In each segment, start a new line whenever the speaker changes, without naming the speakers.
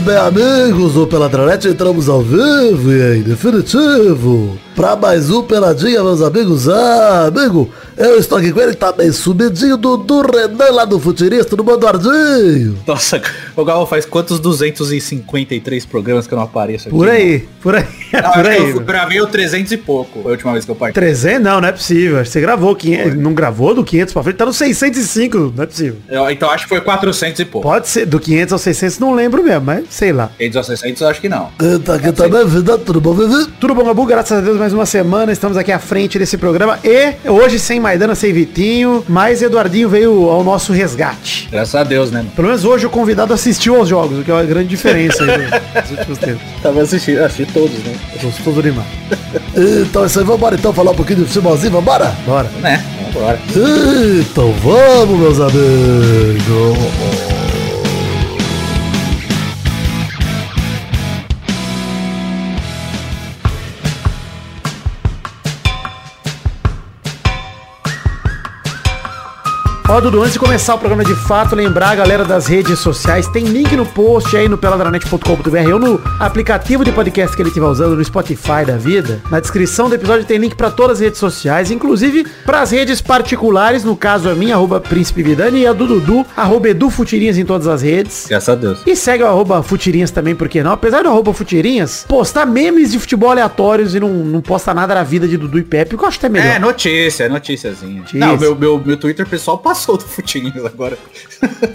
É, amigos do Peladranete, entramos ao vivo e em definitivo pra mais um Peladinha, meus amigos. Ah, amigo, eu estou aqui com ele, tá bem subidinho, Dudu Renan lá do Futurista, do Manduardinho.
Nossa, o Galo faz quantos 253 programas que eu não apareço aqui?
Por aí, por aí,
Não,
por
acho que
aí.
Eu fui- gravei o 300 e pouco, foi a última vez que eu participei.
300 não, não é possível. Você gravou 500, não gravou do 500 pra frente, tá no 605, não é possível.
Eu- Então acho que foi 400 e pouco.
Pode ser, do 500 ao 600 não lembro mesmo, mas sei lá.
500 ou 600 eu acho que não.
Ele tá aqui também, vida, tudo bom, Vivi?
Tudo bom, Gabu? Graças a Deus, mais uma semana, estamos aqui à frente desse programa e hoje sem Maidana, sem Vitinho, mas Eduardinho veio ao nosso resgate.
Graças a Deus, né? mano?
Pelo menos hoje o convidado assistiu aos jogos, o que é uma grande diferença aí nos últimos tempos.
Tava assistindo, assisti todos, né?
Gostoso demais.
Então é isso aí, vambora então falar um pouquinho de futebolzinho, vambora?
Bora.
Né? Vambora.
Então vamos, meus amigos.
Ó, Dudu, antes de começar o programa de fato, lembrar a galera das redes sociais, tem link no post aí no peladranet.com.br ou no aplicativo de podcast que ele estiver usando, no Spotify da vida. Na descrição do episódio tem link pra todas as redes sociais, inclusive pras redes particulares, no caso a minha, arroba Príncipe Vidani, e a do Dudu, arroba Edu Futirinhas em todas as redes.
Graças a Deus.
E segue o arroba Futirinhas também, porque não? Apesar do arroba Futirinhas, postar memes de futebol aleatórios e não, não posta nada da vida de Dudu e Pepe, o que eu acho até melhor.
É, notícia, é noticiazinha.
Notícia.
Não, meu, meu, meu Twitter pessoal passou do Futirinhas agora.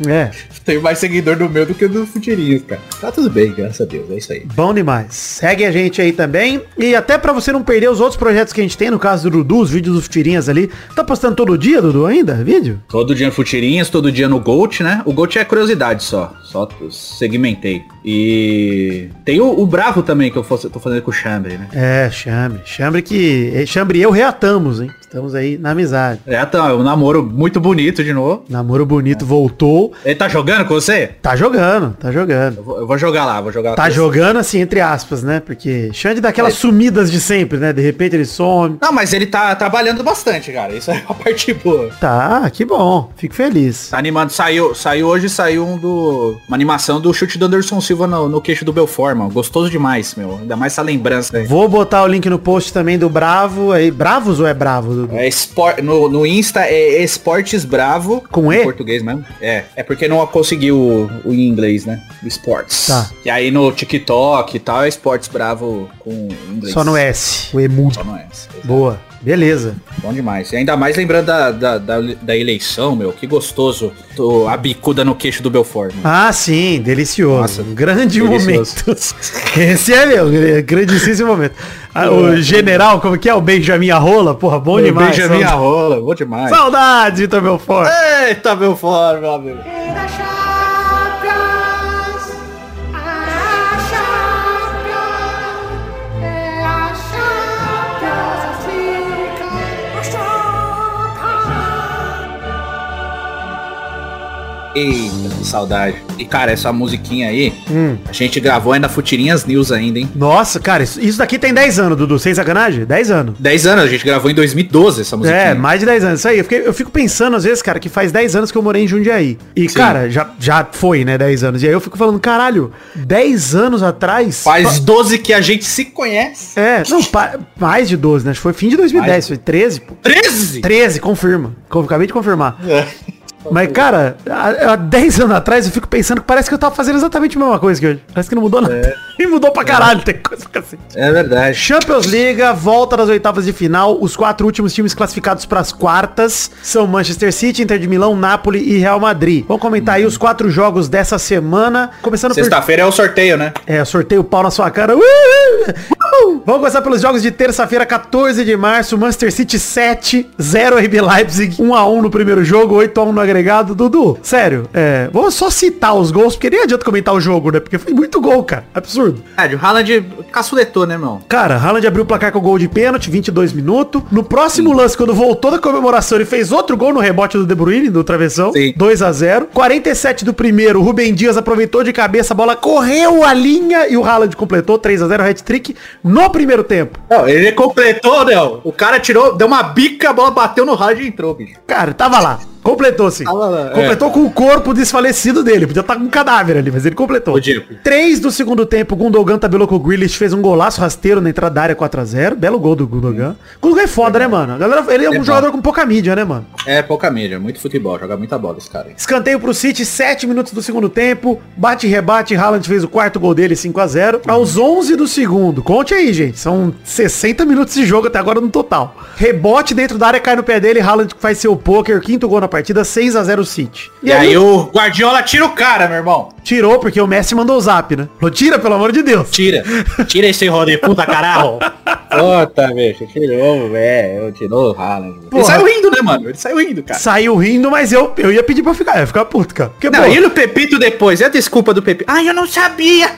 é.
Tem mais seguidor do meu do que do Futirinhas, cara. Tá tudo bem, graças a Deus, é isso aí.
Bom demais. Segue a gente aí também. E até pra você não perder os outros projetos que a gente tem, no caso do Dudu, os vídeos dos tirinhas ali. Tá postando todo dia, Dudu, ainda? Vídeo?
Todo dia no Futirinhas, todo dia no Gold, né? O Gold é curiosidade só. Só segmentei. E tem o, o Bravo também, que eu fosse- tô fazendo com o Chambre, né?
É, chambre. Chambre que. é, Chambre e eu reatamos, hein? Estamos aí na amizade.
É, então, é um namoro muito bonito de novo.
Namoro bonito voltou.
Ele tá jogando com você?
Tá jogando, tá jogando.
Eu vou, eu vou jogar lá, vou jogar.
Tá
com você.
jogando assim, entre aspas, né? Porque Xande dá aquelas sumidas de sempre, né? De repente ele some.
Não, mas ele tá trabalhando bastante, cara. Isso é uma parte boa.
Tá, que bom. Fico feliz.
Tá animado. Saiu, saiu hoje, saiu um do. Uma animação do chute do Anderson Silva no, no queixo do Belfort, mano. Gostoso demais, meu. Ainda mais essa lembrança aí.
Vou botar o link no post também do Bravo. Aí, Bravos ou é Bravo, Dudu?
É espor... no, no Insta é Esportes Bravo.
Com
em
E?
português mesmo. É. É porque não conseguiu o, o em inglês, né? O Sports.
Tá.
E aí no TikTok e tal é Esportes Bravo com inglês.
Só no S. O Emu.
Só no S.
Boa. Beleza.
Bom demais. E ainda mais lembrando da, da, da, da eleição, meu. Que gostoso. Tô, a bicuda no queixo do Belfort. Mano.
Ah, sim, delicioso.
Nossa,
um grande
delicioso.
momento. Esse é meu, gr- grandíssimo momento. Ah, o general, como que é? O Benjamin Arrola? Porra, bom demais.
Benjamin Arrola. Bom demais.
Saudade, Vitor Belfort.
Eita, Belfort, meu amigo.
Era Champions, a Champions, é a Champions, a fica, a Champions.
Eita, que saudade. E, cara, essa musiquinha aí,
Hum.
a gente gravou ainda Futirinhas News ainda, hein?
Nossa, cara, isso, isso daqui tem 10 anos, Dudu. Sem sacanagem? 10 anos.
10 anos, a gente gravou em 2012 essa musiquinha.
É, mais de 10 anos. Isso aí. Eu, fiquei- eu fico pensando, às vezes, cara, que faz 10 anos que eu morei em Jundiaí. E,
Sim.
cara, já, já foi, né, 10 anos. E aí eu fico falando, caralho, 10 anos atrás.
Faz 12 que a gente se conhece.
É, não, pa- mais de 12, né? Acho que foi fim de 2010,
Mais
foi 13, pô.
13?
13, confirma. Com- Acabei de confirmar.
É.
Mas, cara, há há 10 anos atrás eu fico pensando que parece que eu tava fazendo exatamente a mesma coisa que hoje. Parece que não mudou nada. E mudou pra caralho, tem coisa que assim.
É verdade.
Champions League, volta das oitavas de final. Os quatro últimos times classificados pras quartas são Manchester City, Inter de Milão, Napoli e Real Madrid. Vamos comentar aí os quatro jogos dessa semana. Começando por
Sexta-feira é o sorteio, né?
é, sorteio pau na sua cara. Uhul! Uhul! Vamos começar pelos jogos de terça-feira, 14 de março. Manchester City 7, 0 RB Leipzig, 1x1 no primeiro jogo, 8x1 no agregado. Dudu, sério, é, vou só citar os gols, porque nem adianta comentar o jogo, né? Porque foi muito gol, cara. Absurdo.
Verdade, o Haaland caçuletou, né, irmão?
Cara, Haaland abriu o placar com o gol de pênalti, 22 minutos. No próximo lance, quando voltou da comemoração, ele fez outro gol no rebote do De Bruyne, do travessão.
Sim.
2 a 0 47 do primeiro, o Rubem Dias aproveitou de cabeça, a bola correu a linha e o Haaland completou 3 a 0 hat-trick no primeiro tempo.
Não, ele completou, Léo. O cara tirou, deu uma bica, a bola bateu no Haaland e entrou, bicho.
Cara, tava lá. Completou, sim.
Ah, lá, lá, é.
completou com o corpo desfalecido dele. Podia estar com um cadáver ali, mas ele completou.
Podia.
Três do segundo tempo, Gundogan tabelou com o Grealish, fez um golaço rasteiro na entrada da área 4x0. Belo gol do Gundogan. Gundogan é foda, né, mano? A galera, ele é um
bom.
jogador com pouca mídia, né, mano?
É pouca mídia, muito futebol, joga muita bola esse cara. aí.
Escanteio pro City, 7 minutos do segundo tempo. Bate e rebate, Haaland fez o quarto gol dele, 5x0. Aos 11 do segundo. Conte aí, gente. São 60 minutos de jogo até agora no total. Rebote dentro da área, cai no pé dele. Haaland faz seu poker, quinto gol na partida, 6x0 City.
E, aí o Guardiola tira o cara, meu irmão.
Tirou, porque o Messi mandou o zap, né? Falou, tira, pelo amor de Deus.
Tira. Tira esse rodo de puta, caralho. Puta, bicho, tirou, velho. Tirou o Haaland.
Porra.
Ele saiu rindo, né, mano? Ele saiu rindo, cara.
Saiu rindo, mas eu, eu ia pedir pra ficar. Eu ia ficar puto, cara. Porque,
Não,
pô,
e no Pepito depois? E a desculpa do Pepito? Ai, eu não sabia.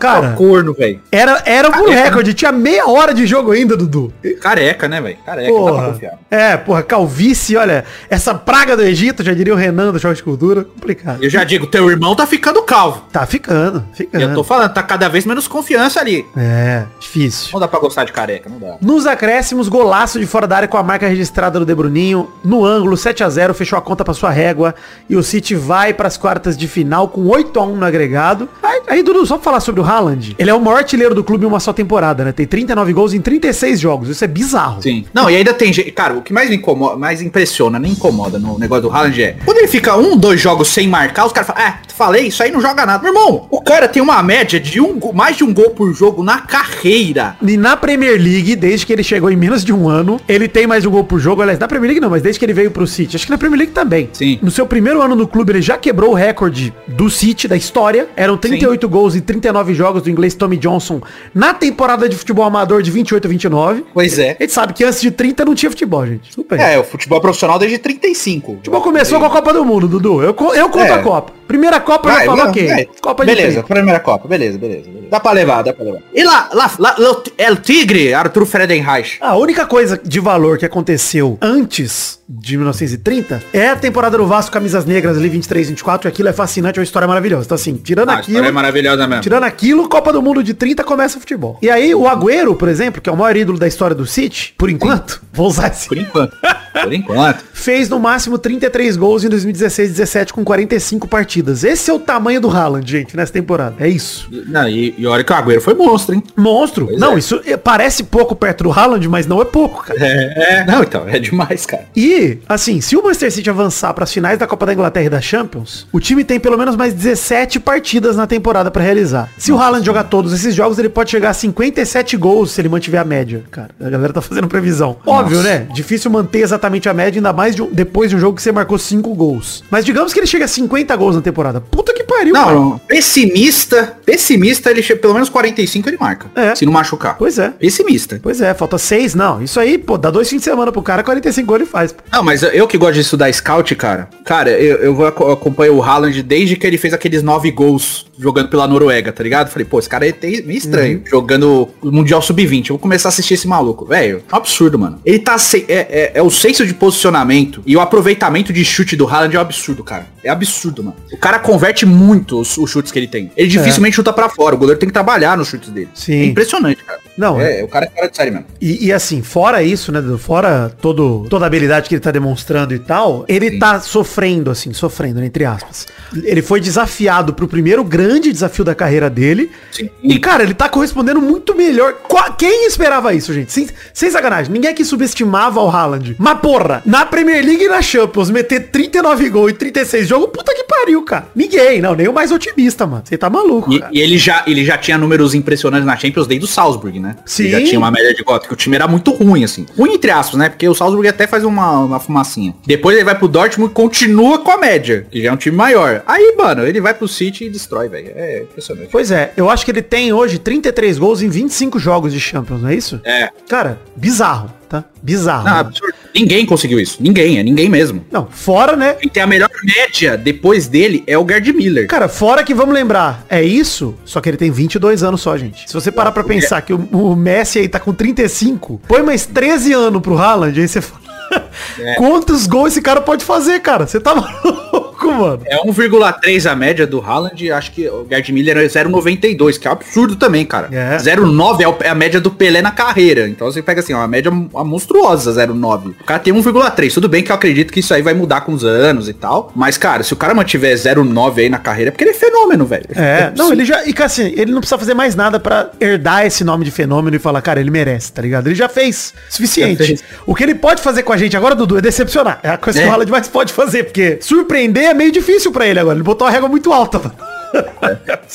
Cara.
Ó, corno, velho.
era, era um
Careca,
recorde. Tinha meia hora de jogo ainda, Dudu.
Careca, né, velho? Careca, dá pra
Porra.
confiar.
É, porra, calvície, olha. Essa praga do Egito, já diria o Renan do Choque de Cultura. Complicado.
Eu já digo, teu irmão tá ficando calvo.
Tá ficando,
E Eu tô
ficando.
falando, tá cada vez menos confiança ali.
É, difícil.
Não dá pra gostar de careca, não dá.
Nos acréscimos, golaço de fora da área com a marca registrada do De Bruninho. No ângulo, 7 a 0 fechou a conta pra sua régua. E o City vai pras quartas de final com 8 a 1 no agregado. Aí, aí, Dudu, só pra falar sobre o Haaland. Ele é o maior artilheiro do clube em uma só temporada, né? Tem 39 gols em 36 jogos. Isso é bizarro.
Sim. Não, e ainda tem gente. Cara, o que mais me incomoda, mais impressiona, nem incomoda no negócio do Haaland é. Quando ele fica um, dois jogos sem marcar, os caras falam, ah, falei, isso aí não joga nada. Meu irmão, o cara tem uma média de um, go- mais de um gol por jogo na carreira.
E na Premier League, desde que ele chegou em menos de um ano, ele tem mais um gol por jogo. Aliás, na Premier League não, mas desde que ele veio pro City. Acho que na Premier League também.
Sim.
No seu primeiro ano no clube, ele já quebrou o recorde do City, da história. Eram 38 gols em 39 jogos do inglês Tommy Johnson na temporada de futebol amador de 28 a 29.
Pois é.
A gente sabe que antes de 30 não tinha futebol, gente. Desculpa aí.
É, o futebol profissional desde 35. O
O futebol começou com a Copa do Mundo, Dudu. Eu, co- eu conto
É.
a Copa. Primeira Copa eu já falou ok. Copa
Copa
de
beleza,
tempo.
primeira Copa, beleza, beleza, beleza. Dá pra levar, dá pra levar. E lá, lá, lá, lá é o Tigre, Arthur Fredenreich.
A única coisa de valor que aconteceu antes de 1930 é a temporada do Vasco Camisas Negras ali 23, 24, e aquilo é fascinante, é uma história maravilhosa. Então assim, tirando
Ah, a
aquilo,
história é maravilhosa mesmo.
tirando aquilo, Copa do Mundo de 30 começa o futebol. E aí o Agüero, por exemplo, que é o maior ídolo da história do City, por enquanto, vou usar esse
Por enquanto. Por enquanto.
fez no máximo 33 gols em 2016 17 com 45 partidas. Esse é o tamanho do Haaland, gente, nessa temporada. É isso.
Não, e, e olha que o Agüero foi monstro, hein?
Monstro.
Pois
não,
é.
isso é, parece pouco perto do Haaland, mas não é pouco, cara.
É, é. Não, então, é demais, cara.
E, assim, se o Manchester City avançar para as finais da Copa da Inglaterra e da Champions, o time tem pelo menos mais 17 partidas na temporada para realizar. Se o Haaland jogar todos esses jogos, ele pode chegar a 57 gols se ele mantiver a média, cara. A galera tá fazendo previsão. Óbvio, né? Difícil manter exatamente a média, ainda mais de um- depois de um jogo que você marcou 5 gols. Mas digamos que ele chega a 50 gols na temporada. Puta que pariu, cara.
Não, pessimista, pessimista, ele chega, pelo menos 45 ele marca.
É.
Se não machucar.
Pois é.
Pessimista.
Pois é, falta 6, não. Isso aí, pô, dá dois fins de semana pro cara, 45 gols ele faz. pô.
Não, mas eu que gosto de estudar scout, cara. Cara, eu, eu vou aco- eu acompanho o Haaland desde que ele fez aqueles nove gols jogando pela Noruega, tá ligado? Falei, pô, esse cara é te- meio estranho.
Uhum.
Jogando o Mundial Sub-20. Eu vou começar a assistir esse maluco. Velho, é um absurdo, mano. Ele tá. se- É, é- é o senso de posicionamento e o aproveitamento de chute do Haaland é um absurdo, cara. É absurdo, mano. O cara converte muito os, os chutes que ele tem. Ele dificilmente chuta pra fora. O goleiro tem que trabalhar nos chutes dele.
É. Sim.
É impressionante, cara.
Não,
é, o cara é cara de série mesmo.
E, e assim, fora isso, né, Dudu? fora todo, toda a habilidade que ele tá demonstrando e tal, ele tá sofrendo, assim, sofrendo, né, entre aspas. Ele foi desafiado pro primeiro grande desafio da carreira dele.
Sim.
E, cara, ele tá correspondendo muito melhor. Qua- Quem esperava isso, gente? Sem, sem sacanagem. Ninguém aqui subestimava o Haaland. Mas, porra, na Premier League e na Champions, meter 39 gols e 36 jogos, puta que pariu, cara. Ninguém, não, nem o mais otimista, mano. Você tá maluco, cara.
E, e ele, já, ele já tinha números impressionantes na Champions desde o Salzburg, né?
Sim.
Ele já tinha uma média de gol, porque o time era muito ruim, assim. Ruim entre aspas, né? Porque o Salzburg até faz uma, uma fumacinha. Depois ele vai pro Dortmund e continua com a média, que já é um time maior. Aí, mano, ele vai pro City e destrói, velho. É impressionante.
Pois é, eu acho que ele tem hoje 33 gols em 25 jogos de Champions, não é isso?
É.
Cara, bizarro, tá? Bizarro.
Não,
Não,
absurdo. Ninguém conseguiu isso. Ninguém, é ninguém mesmo.
fora, né?
Quem tem a melhor média depois dele é o Gerd Miller.
Cara, fora que vamos lembrar, é isso, só que ele tem 22 anos só, gente. Se você parar pra pensar que o, o Messi aí tá com 35, põe mais 13 anos pro Haaland, aí você fala... Quantos gols esse cara pode fazer, cara? Você tá maluco? louco, mano.
É 1,3 a média do Haaland, acho que o Gerd Miller é 0,92, que é um absurdo também, cara.
É.
0,9 é o- é a média do Pelé na carreira. Então você pega assim, ó, uma média mu- uma monstruosa, 0,9. O cara tem 1,3. Tudo bem que eu acredito que isso aí vai mudar com os anos e tal. Mas, cara, se o cara mantiver 0,9 aí na carreira, é porque ele é fenômeno, velho.
É, não, ele já. E cara, assim, ele não precisa fazer mais nada pra herdar esse nome de fenômeno e falar, cara, ele merece, tá ligado? Ele já fez o suficiente.
Já fez.
O que ele pode fazer com a gente agora, Dudu, é decepcionar. É a coisa que
É.
o Haaland mais pode fazer, porque surpreender é meio difícil pra ele agora. Ele botou a régua muito alta, mano.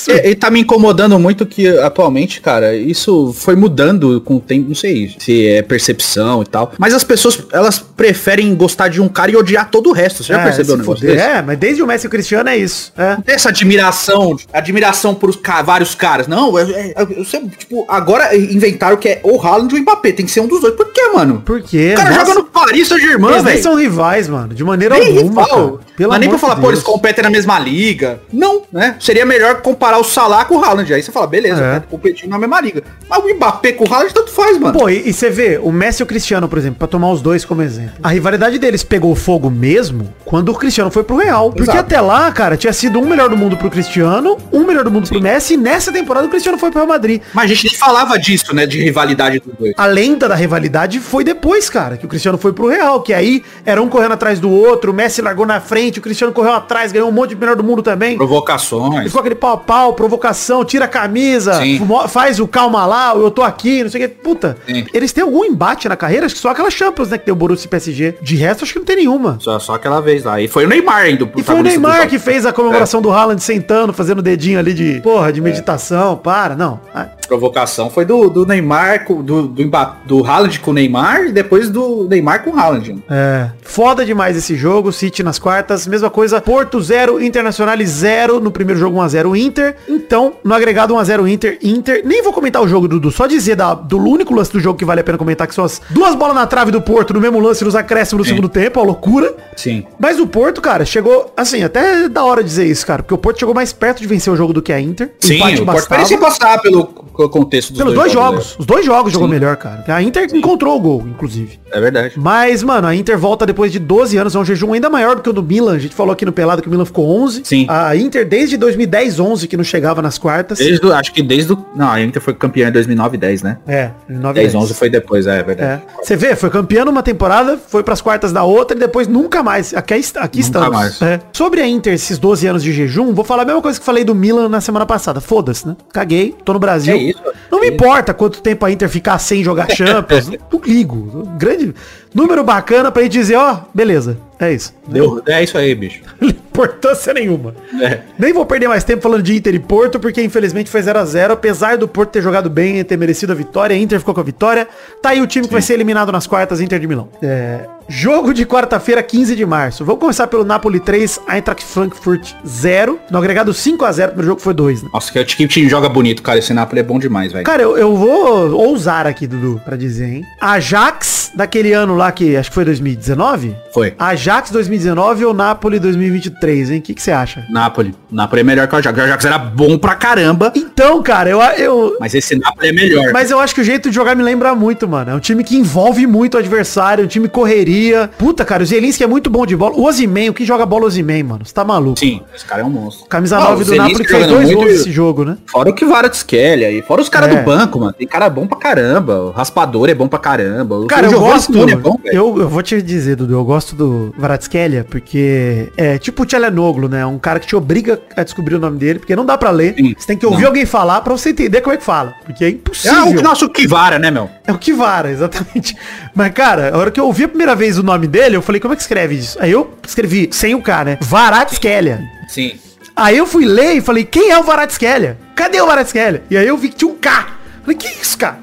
E, e tá me incomodando muito que atualmente, cara, isso foi mudando com o tempo, não sei se é percepção e tal. Mas as pessoas, elas preferem gostar de um cara e odiar todo o resto. Você já
É,
percebeu o
se
negócio
fuder.
desse?
É, mas desde o Messi e o Cristiano é isso. É.
Não tem essa admiração, admiração por ca- vários caras. Não, é, é- é- eu sei, tipo, agora inventaram que é o Haaland e o Mbappé. Tem que ser um dos dois. Por quê, mano?
Por quê?
O cara
Nossa,
joga no Paris Saint-Germain,
Eles nem
velho.
são rivais, mano. De maneira
Nem
alguma.
rival.
cara.
Não é nem pra
amor
falar,
de
pô,
Deus.
eles competem na mesma liga. Não, né? Seria melhor comparar o Salah com o Haaland. Aí você fala, beleza,
É.
tá competindo na mesma liga. Mas o Mbappé com o Haaland tanto faz, mano.
Pô, e e você vê, o Messi e o Cristiano, por exemplo, pra tomar os dois como exemplo. A rivalidade deles pegou fogo mesmo quando o Cristiano foi pro Real. Porque
Exato.
até lá, cara, tinha sido um melhor do mundo pro Cristiano, um melhor do mundo pro Messi, e nessa temporada o Cristiano foi pro Real Madrid.
Mas a gente nem falava disso, né? De rivalidade dos dois.
A lenda da rivalidade foi depois, cara, que o Cristiano foi pro Real, que aí era um correndo atrás do outro, o Messi largou na frente, o Cristiano correu atrás, ganhou um monte de melhor do mundo também. E
Provocações.
ficou aquele pau a pau, provocação, tira a camisa,
Sim.
mo- faz o calma lá, o eu tô aqui, não sei o que. Puta,
Sim.
eles têm algum embate na carreira? Acho que só aquela Champions, né, que tem o Borussia e PSG. De resto, acho que não tem nenhuma.
Só, só aquela vez lá. E foi o Neymar ainda.
E foi o
protagonista do
Neymar
jogo.
que fez a
É.
comemoração do Haaland sentando, fazendo o dedinho ali de, porra, de meditação, para, não. Ah,
provocação foi do, do Neymar, com- do, do, Mba- do Haaland com o Neymar e depois do Neymar com o Haaland. né?
É, foda demais esse jogo, City nas quartas, mesma coisa, Porto 0, Internacional 0, no primeiro jogo 1x0 Inter, então, no agregado 1x0 Inter, Inter, nem vou comentar o jogo, Dudu, só dizer da- do único lance do jogo que vale a pena comentar, que são as duas bolas na trave do Porto, no mesmo lance, nos acréscimos do
Sim.
segundo tempo, a loucura,
Sim.
mas o Porto, cara, chegou, assim, até é da hora dizer isso, cara, porque o Porto chegou mais perto de vencer o jogo do que a Inter,
Sim, o Porto
bastava.
parecia passar pelo co- contexto dos
Pelos dois jogos, os dois jogos jogou
né? Sim.
melhor, cara. A Inter encontrou o gol, inclusive.
né? É verdade.
Mas, mano, a Inter volta depois de 12 anos, é um jejum ainda maior do que o do Milan. A gente falou aqui no Pelado que o Milan ficou 11.
Sim.
A Inter desde 2010, 11, que não chegava nas quartas.
Desde o- acho que desde o... Não, a Inter foi campeã em 2009 e 10, né?
É, 9
10, 11 foi depois, é, é
É.
verdade.
Você vê, foi campeã numa temporada, foi pras quartas da outra e depois nunca mais. Aqui, é- aqui estamos.
mais.
É. Sobre a Inter, esses 12 anos de jejum, vou falar a mesma coisa que falei do Milan na semana passada. Foda-se, né? Caguei, tô no Brasil.
É isso.
Não me importa quanto tempo a Inter ficar sem jogar Champions. não ligo. Grande número bacana pra gente dizer, ó, beleza. É isso.
Deu, é isso aí, bicho.
importância nenhuma.
É.
Nem vou perder mais tempo falando de Inter e Porto, porque infelizmente foi 0 a 0 apesar do Porto ter jogado bem e ter merecido a vitória, a Inter ficou com a vitória. Tá aí o time que vai ser eliminado nas quartas, Inter de Milão. É, Jogo de quarta-feira, 15 de março. Vamos começar pelo Napoli 3, Eintracht Frankfurt 0. No agregado 5 a 0 primeiro jogo foi 2, né?
Nossa, que o time time joga bonito, cara. Esse Napoli é bom demais, velho.
Cara, eu, eu vou ousar aqui, Dudu, pra dizer, hein? Ajax, daquele ano lá que acho que foi 2019?
Foi.
Ajax 2019 ou Napoli 2023, hein? O que que você acha?
Napoli. Napoli é melhor que o Ajax. O Ajax era bom pra caramba,
Então, cara, eu, eu,
mas esse Napoli é melhor.
Mas eu acho que o jeito de jogar me lembra muito, mano. É um time que envolve muito o adversário, é um time correria. Puta, cara, o Zelinski é muito bom de bola. O Ozyman, o que joga bola é o Ozyman, mano? Você tá maluco.
Sim, esse cara é um monstro.
Camisa
Ah, o
9 do
Zelinski
Napoli que fez
jogando
dois
muito
gols
e-
nesse jogo, né?
Fora o que Kvaratskhelia aí, fora os caras
É.
do banco, mano. Tem cara bom pra caramba. O Raspador é bom pra caramba. O
Cara,
o
eu
Giovanni
gosto.
Antônio é bom, velho.
eu, eu vou te dizer, Dudu, eu gosto do Vratskelia, porque é tipo o Tchelenoglu, né? Um cara que te obriga a descobrir o nome dele, porque não dá pra ler.
Sim,
Você tem que ouvir
não.
alguém falar pra você entender como é que fala. Porque é impossível.
É o nosso Kivara, né, meu?
É o Kivara, exatamente. Mas, cara, a hora que eu ouvi a primeira vez o nome dele, eu falei, como é que escreve isso? Aí eu escrevi sem o K, né? Varatskelia.
Sim.
Aí eu fui ler e falei, quem é o Varatskelia? Cadê o Varatskelia? E aí eu vi que tinha um K. Falei, que isso, cara?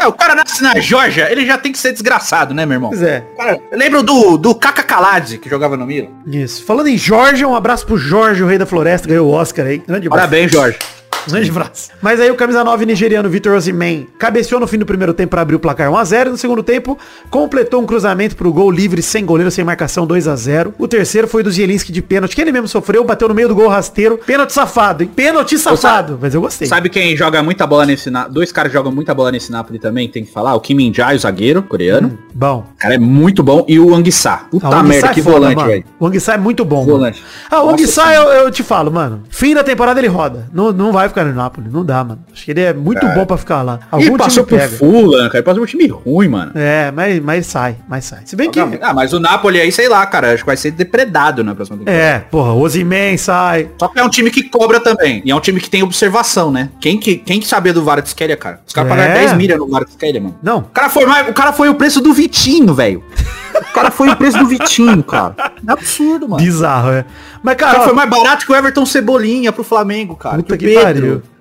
É, o cara nasce na Georgia, ele já tem que ser desgraçado, né, meu irmão?
Pois é.
Cara, eu lembro do, do Kaka Kaladze, que jogava no Milan.
Isso. Falando em Jorge, um abraço pro Jorge, o Rei da Floresta, ganhou o Oscar aí. Grande abraço.
Parabéns, Jorge.
Grande braço. Mas aí o camisa 9 nigeriano Vitor Osimhen cabeceou no fim do primeiro tempo para abrir o placar 1x0. No segundo tempo, completou um cruzamento pro gol livre, sem goleiro, sem marcação, 2x0. O terceiro foi do Zielinski de pênalti, que ele mesmo sofreu, bateu no meio do gol rasteiro. Pênalti safado, hein? Pênalti safado. Mas eu gostei.
Sabe quem joga muita bola nesse Napoli? Dois caras jogam muita bola nesse Napoli também, tem que falar. O Kim Min-jae, o zagueiro coreano.
Bom.
O cara é muito bom. E o Anguissá. Puta
Ah, o Wang
Tá merda,
Sai
que
Hum. é foda,
volante,
mano.
velho.
O Anguissá é muito bom.
Volante.
Mano. Ah, o
Nossa,
Anguissá, eu, eu te falo, mano. Fim da temporada ele roda. Não, não vai ficar no Napoli. Não dá, mano. Acho que ele é muito bom pra ficar lá.
E passou pro Fulham, cara. Ele Passou por um time ruim, mano.
É, mas, mas sai, mas sai. Se bem que.
Ah, mas o Napoli aí, sei lá, cara. Acho que vai ser depredado na próxima temporada.
É, porra, Osimen sai.
Só que é um time que cobra também. E é um time que tem observação, né? Quem que, quem que sabia do Kvaratskhelia, cara? Os caras
É.
pagaram 10 milha no Kvaratskhelia, mano.
Não.
O cara foi, mais- o cara foi o preço do Vitinho, velho. O cara foi o preço do Vitinho, cara. É absurdo, mano.
Bizarro, é. Mas,
O
cara,
cara
ó,
foi mais barato que o Everton Cebolinha pro Flamengo, cara.
puta
o
que
Pedro.
pariu.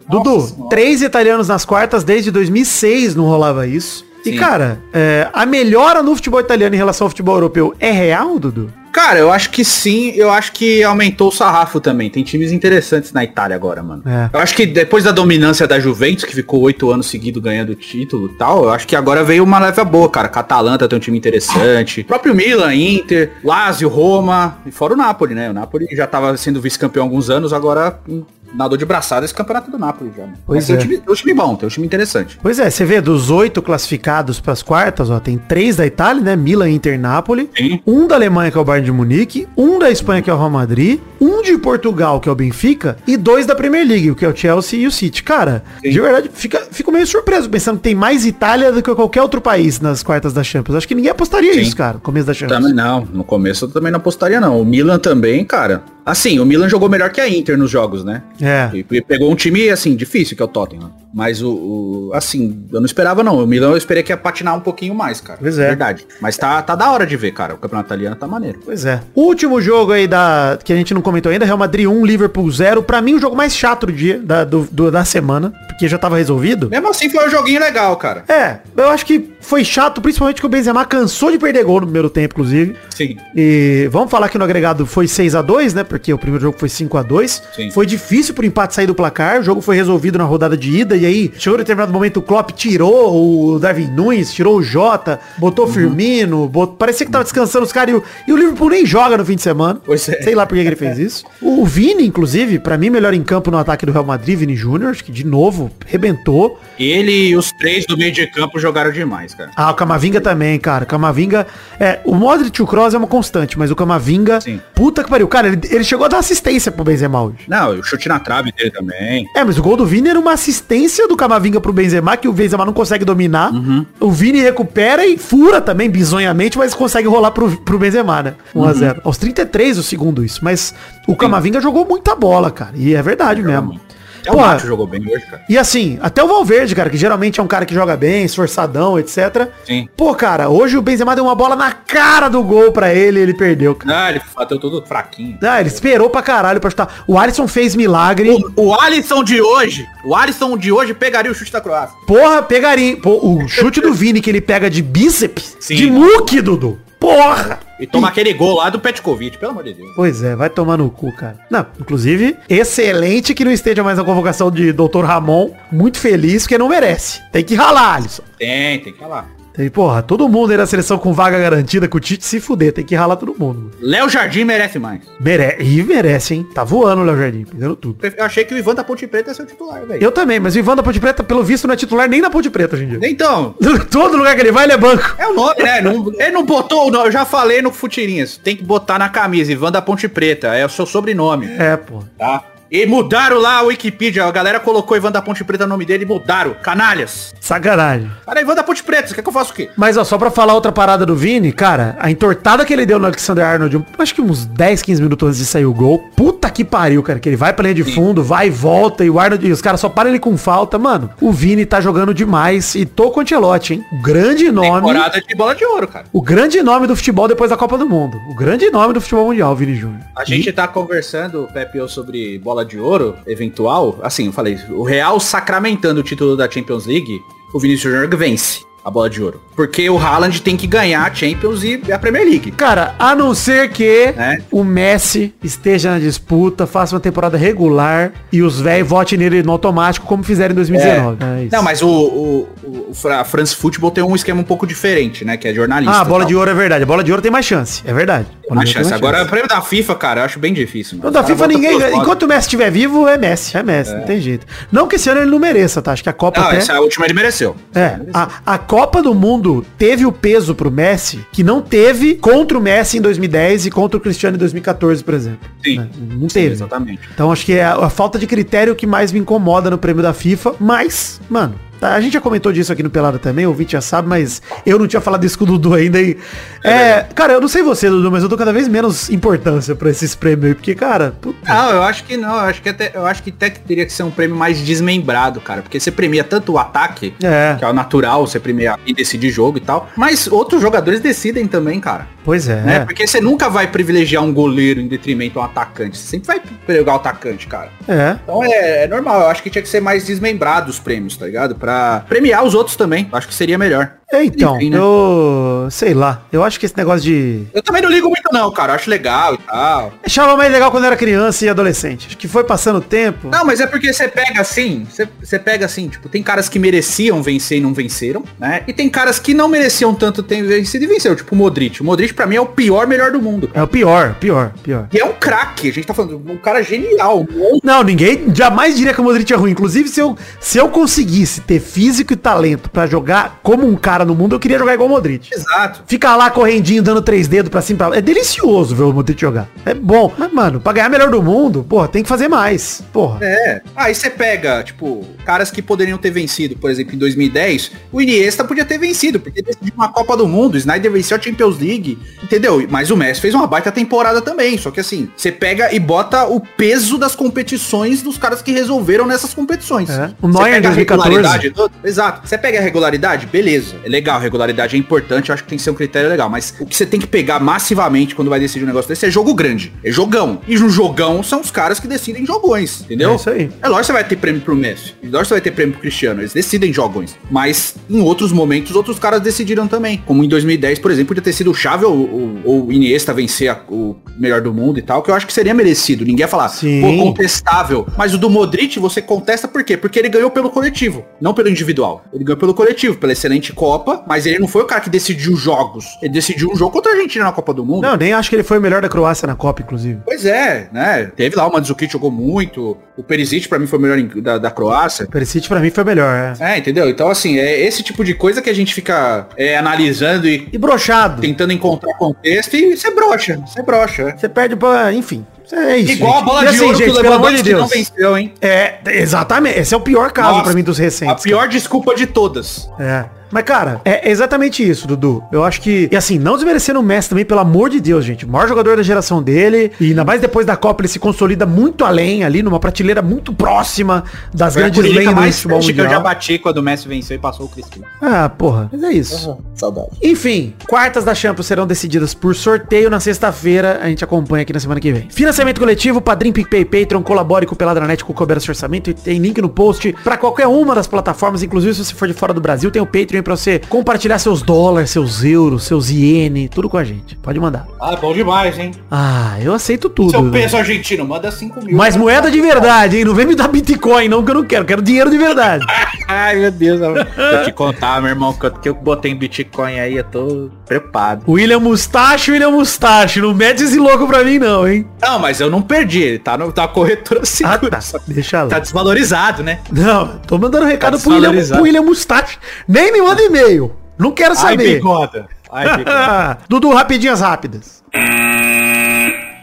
Nossa
Dudu,
Senhora.
três italianos nas quartas desde 2006 não rolava isso. E,
Sim.
cara, é, a melhora no futebol italiano em relação ao futebol europeu é real, Dudu?
Cara, eu acho que sim, eu acho que aumentou o sarrafo também. Tem times interessantes na Itália agora, mano.
É.
Eu acho que depois da dominância da Juventus, que ficou oito anos seguidos ganhando título e tal, eu acho que agora veio uma leva boa, cara. Catalanta tem um time interessante. O próprio Milan, Inter, Lazio, Roma, e fora o Napoli, né? O Napoli já tava sendo vice-campeão há alguns anos, agora hum, nadou de braçada esse campeonato do Napoli já. Mano.
Pois
Mas tem
é.
um time, tem um time bom, tem um time interessante.
Pois é, você vê, dos oito classificados pras quartas, ó, tem três da Itália, né? Milan, Inter, Nápoles.
Sim.
Um da Alemanha, que é o Bayern de Munique. Um da Espanha, que é o Real Madrid. Um de Portugal, que é o Benfica. E dois da Premier League, que é o Chelsea e o City. Cara, de verdade, fica, fico meio surpreso pensando que tem mais Itália do que qualquer outro país nas quartas da Champions. Acho que ninguém apostaria
Sim.
isso, cara, no começo da Champions.
Também não, no começo eu também não apostaria não. O Milan também, cara. Assim, o Milan jogou melhor que a Inter nos jogos, né?
É.
E e pegou um time, assim, difícil, que é o Tottenham. Mas o, o- Assim, eu não esperava, não. O Milan eu esperei que ia patinar um pouquinho mais, cara.
Pois é.
Verdade. Mas tá, tá da hora de ver, cara. O campeonato italiano tá maneiro.
Pois é. Último jogo aí da que a gente não comentou ainda, Real Madrid 1, Liverpool 0. Pra mim, o jogo mais chato do dia, da, do- do- da semana, porque já tava resolvido.
Mesmo assim, foi um joguinho legal, cara.
É, eu acho que foi chato, principalmente que o Benzema cansou de perder gol no primeiro tempo, inclusive.
Sim.
E vamos falar que no agregado foi 6 a 2 né? Porque o primeiro jogo foi 5 a 2
Sim.
Foi difícil pro empate sair do placar. O jogo foi resolvido na rodada de ida. E aí, chegou em determinado momento, o Klopp tirou o Darwin Nunes, tirou o Jota, botou
Uhum.
o Firmino. Bot... Parecia que tava descansando os caras. E, o- e o Liverpool nem joga no fim de semana.
Pois é.
Sei lá por que que ele fez isso. O Vini, inclusive, pra mim, melhor em campo no ataque do Real Madrid, Vini Júnior, acho que de novo, rebentou.
Ele e os três do meio de campo jogaram demais, cara.
Ah, o Camavinga também, cara. O Camavinga. É, o Modric e o Kroos é uma constante, mas o Camavinga.
Sim.
Puta que pariu. Cara, ele, ele chegou a dar assistência pro Benzema hoje.
Não, e o chute na trave dele também.
É, mas o gol do Vini era uma assistência do Camavinga pro Benzema, que o Benzema não consegue dominar. O Vini recupera e fura também, bizonhamente, mas consegue rolar pro, pro Benzema, né? 1x0. Aos 33 o segundo isso. Mas o Camavinga jogou muita bola, cara. E é verdade mesmo.
Até o
Porra,
Nacho jogou bem hoje, cara.
e assim, até o Valverde, cara, que geralmente é um cara que joga bem, esforçadão, etc.
Sim.
Pô, cara, hoje o Benzema deu uma bola na cara do gol pra ele e ele perdeu, cara.
Ah, ele bateu todo fraquinho.
Ah, ele esperou pra caralho pra chutar. O Alisson fez milagre.
O, o Alisson de hoje, o Alisson de hoje pegaria o chute da Croácia.
Porra, pegaria. Pô, o chute do Vini que ele pega de bíceps,
Sim.
de muque, Dudu. Porra!
E toma aquele gol lá do Petkovic, pelo amor de Deus.
Pois é, vai tomar no cu, cara. Não, inclusive, excelente que não esteja mais na convocação de Dr. Ramon. Muito feliz, porque não merece. Tem que ralar, Alisson.
Tem, tem que falar.
Tem, porra, todo mundo aí na seleção com vaga garantida, com o Tite se fuder, tem que ralar todo mundo.
Léo Jardim merece mais.
Mere e merece, hein? Tá voando o Léo Jardim, pegando tudo.
Eu achei que o Ivan da Ponte Preta ia ser o titular, velho.
Eu também, mas o Ivan da Ponte Preta, pelo visto, não é titular nem da Ponte Preta hoje em dia.
Então,
Todo lugar que ele vai, ele é banco.
é o nome, né? Não- ele não botou o nome, eu já falei no Futirinhas. Tem que botar na camisa, Ivan da Ponte Preta, é o seu sobrenome,
É, pô.
tá? E mudaram lá a Wikipedia, a galera colocou Ivan da Ponte Preta no nome dele e mudaram. Canalhas.
Sacanagem.
Cara, Ivan da Ponte Preta, você quer que eu faça o quê?
Mas ó, só pra falar outra parada do Vini, cara, a entortada que ele deu no Alexander Arnold, um- acho que uns 10, 15 minutos antes de sair o gol. Puta que pariu, cara. Que ele vai pra linha de fundo, vai e volta, e o Arnold, e os caras só param ele com falta, mano. O Vini tá jogando demais. E tô com o Ancelotti, hein? O grande nome.
Temporada de bola de ouro, cara.
O grande nome do futebol depois da Copa do Mundo. O grande nome do futebol mundial, Vini Júnior.
A gente tá conversando, Pepe, e eu, sobre bola de ouro eventual. Assim, eu falei, o Real sacramentando o título da Champions League, o Vinícius Júnior vence. a bola de ouro. Porque o Haaland tem que ganhar a Champions e a Premier League.
Cara, a não ser que
É.
o Messi esteja na disputa, faça uma temporada regular e os velhos votem nele no automático, como fizeram em 2019. É isso.
Não, mas o, o, o- o Fra- France Football tem um esquema um pouco diferente, né? Que é jornalista.
Ah, a
e
bola
tal.
de ouro é verdade. A bola de ouro tem mais chance. É verdade.
Tem mais chance. Agora, prêmio da FIFA, cara, eu acho bem difícil. mano.
Não, da
O cara
FIFA
volta
ninguém
pelos
ganha.
lados.
Enquanto o Messi estiver vivo, é Messi. É Messi, não tem jeito. Não que esse ano ele não mereça, tá? Acho que a Copa
Não,
até...
essa última ele mereceu.
É, a, a Copa do Mundo teve o peso pro Messi que não teve contra o Messi em 2010 e contra o Cristiano em 2014, por exemplo.
Sim.
Né? Não
Sim,
teve.
exatamente.
Então acho que é a, a falta de critério que mais me incomoda no prêmio da FIFA, mas, mano. tá, a gente já comentou disso aqui no Pelada também, o ouvinte já sabe, mas eu não tinha falado isso com o Dudu ainda. E, é, cara, eu não sei você, Dudu, mas eu dou cada vez menos importância pra esses prêmios aí, porque, cara, puta.
Não, eu acho que não. Eu acho que, até, eu acho que até que teria que ser um prêmio mais desmembrado, cara. Porque você premia tanto o ataque,
É.
que é o natural, você premia e decide jogo e tal. Mas outros jogadores decidem também, cara.
Pois é.
Né? Porque você nunca vai privilegiar um goleiro em detrimento a um atacante. Você sempre vai pegar o atacante, cara.
É.
Então é, é normal. Eu acho que tinha que ser mais desmembrado os prêmios, tá ligado? Pra premiar os outros também. Eu acho que seria melhor.
É, Então,
Enfim, né?
eu. Sei lá. Eu acho que esse negócio de.
Eu também não ligo muito não, cara. Eu acho legal e tal.
Achava mais legal quando era criança e adolescente. Acho que foi passando o tempo.
Não, mas é porque você pega assim, você, você pega assim, tipo, tem caras que mereciam vencer e não venceram, né? E tem caras que não mereciam tanto ter vencido e venceram, tipo o Modric. O Modric pra mim é o pior melhor do mundo, cara.
É o pior, pior, pior.
E é um craque, a gente tá falando, um cara genial, um monstro.
Não, ninguém jamais diria que o Modric é ruim. Inclusive, se eu, se eu conseguisse ter físico e talento pra jogar como um cara no mundo, eu queria jogar igual o Modric.
exato.
Ficar lá correndinho, dando três dedos pra cima e pra lá. É delicioso ver o Modric jogar. É bom. Mas, mano, pra ganhar melhor do mundo, porra, tem que fazer mais. Porra.
É. Aí você pega, tipo, caras que poderiam ter vencido, por exemplo, em 2010, o Iniesta podia ter vencido, porque decidiu uma Copa do Mundo, o Snyder venceu a Champions League, entendeu? Mas o Messi fez uma baita temporada também, só que assim, você pega e bota o peso das competições dos caras que resolveram nessas competições.
É. O
Você
Neuer em
pega a
2014.
regularidade do- Exato. Você pega a regularidade, beleza. É legal, a regularidade é importante, eu acho que tem que ser um critério legal, mas o que você tem que pegar massivamente quando vai decidir um negócio desse é jogo grande, é jogão. E no jogão são os caras que decidem jogões, entendeu? Entendeu?
É isso aí.
É lógico que você vai ter prêmio pro Messi. É lógico que você vai ter prêmio pro Cristiano. Eles decidem jogões. Mas em outros momentos, outros caras decidiram também. Como em 2010, por exemplo, podia ter sido o Xavi ou, ou- ou o Iniesta vencer a- o melhor do mundo e tal, que eu acho que seria merecido. Ninguém ia falar,
Sim.
pô, contestável. Mas o do Modric, você contesta por quê? Porque ele ganhou pelo coletivo, não pelo individual. Ele ganhou pelo coletivo, pela excelente Copa, mas ele não foi o cara que decidiu jogos. Ele decidiu um jogo contra a Argentina na Copa do Mundo.
Não, nem acho que ele foi o melhor da Croácia na Copa, inclusive.
Pois é, né? Teve lá o Mandzukic jogou muito, o Perisic pra mim foi o melhor em- da, da Croácia.
O Perisic pra mim foi o melhor, é.
É, entendeu? Então assim, é esse tipo de coisa que a gente fica é, analisando e
E brochado.
tentando encontrar contexto e é você brocha, você brocha.
Você perde pra... Enfim. É isso.
é. Igual a
gente.
bola
E
de
assim,
ouro que
gente,
o
pelo amor de
Lewandowski não
Deus.
venceu, hein?
É, exatamente. Esse é o pior caso
Nossa,
pra mim dos
A
recentes.
pior desculpa de todas.
É. Mas, cara, é exatamente isso, Dudu. Eu acho que. E assim, não desmerecendo o Messi também, pelo amor de Deus, gente. O maior jogador da geração dele. E ainda mais depois da Copa, ele se consolida muito além ali, numa prateleira muito próxima das
Foi a
grandes
polêmica
lendas do
mais
futebol
forte que eu já
mundial.
bati quando o Messi venceu e passou o Cristiano.
Ah, porra. Mas é isso.
Saudade.
Enfim, quartas da Champions serão decididas por sorteio na sexta-feira. A gente acompanha aqui na semana que vem. Financiamento coletivo, Padrim, PicPay, Patreon, colabore com o Peladranet com cobrar seu orçamento e tem link no post pra qualquer uma das plataformas, inclusive se você for de fora do Brasil, tem o Patreon pra você compartilhar seus dólares, seus euros, seus iene, tudo com a gente. Pode mandar.
Ah, bom demais, hein?
Ah, eu aceito tudo.
Seu
né?
peso é argentino, manda 5 mil.
Mas moeda de verdade, hein? Não vem me dar Bitcoin, não, que eu não quero. Quero dinheiro de verdade.
Ai, meu Deus. Vou te contar, meu irmão, que eu botei em Bitcoin aí, eu tô preocupado.
William Mustache, William Mustache. Não mete esse louco pra mim, não, hein?
Não, mas eu não perdi. Ele tá, no, tá corretora
Ah,
segura.
tá. Deixa lá.
Tá desvalorizado, né?
Não, tô mandando um recado
Tá
pro William,
desvalorizado.
pro William Mustache. Nem me manda e-mail. Não quero saber.
bigoda. Ai, bigoda.
Dudu, rapidinhas rápidas.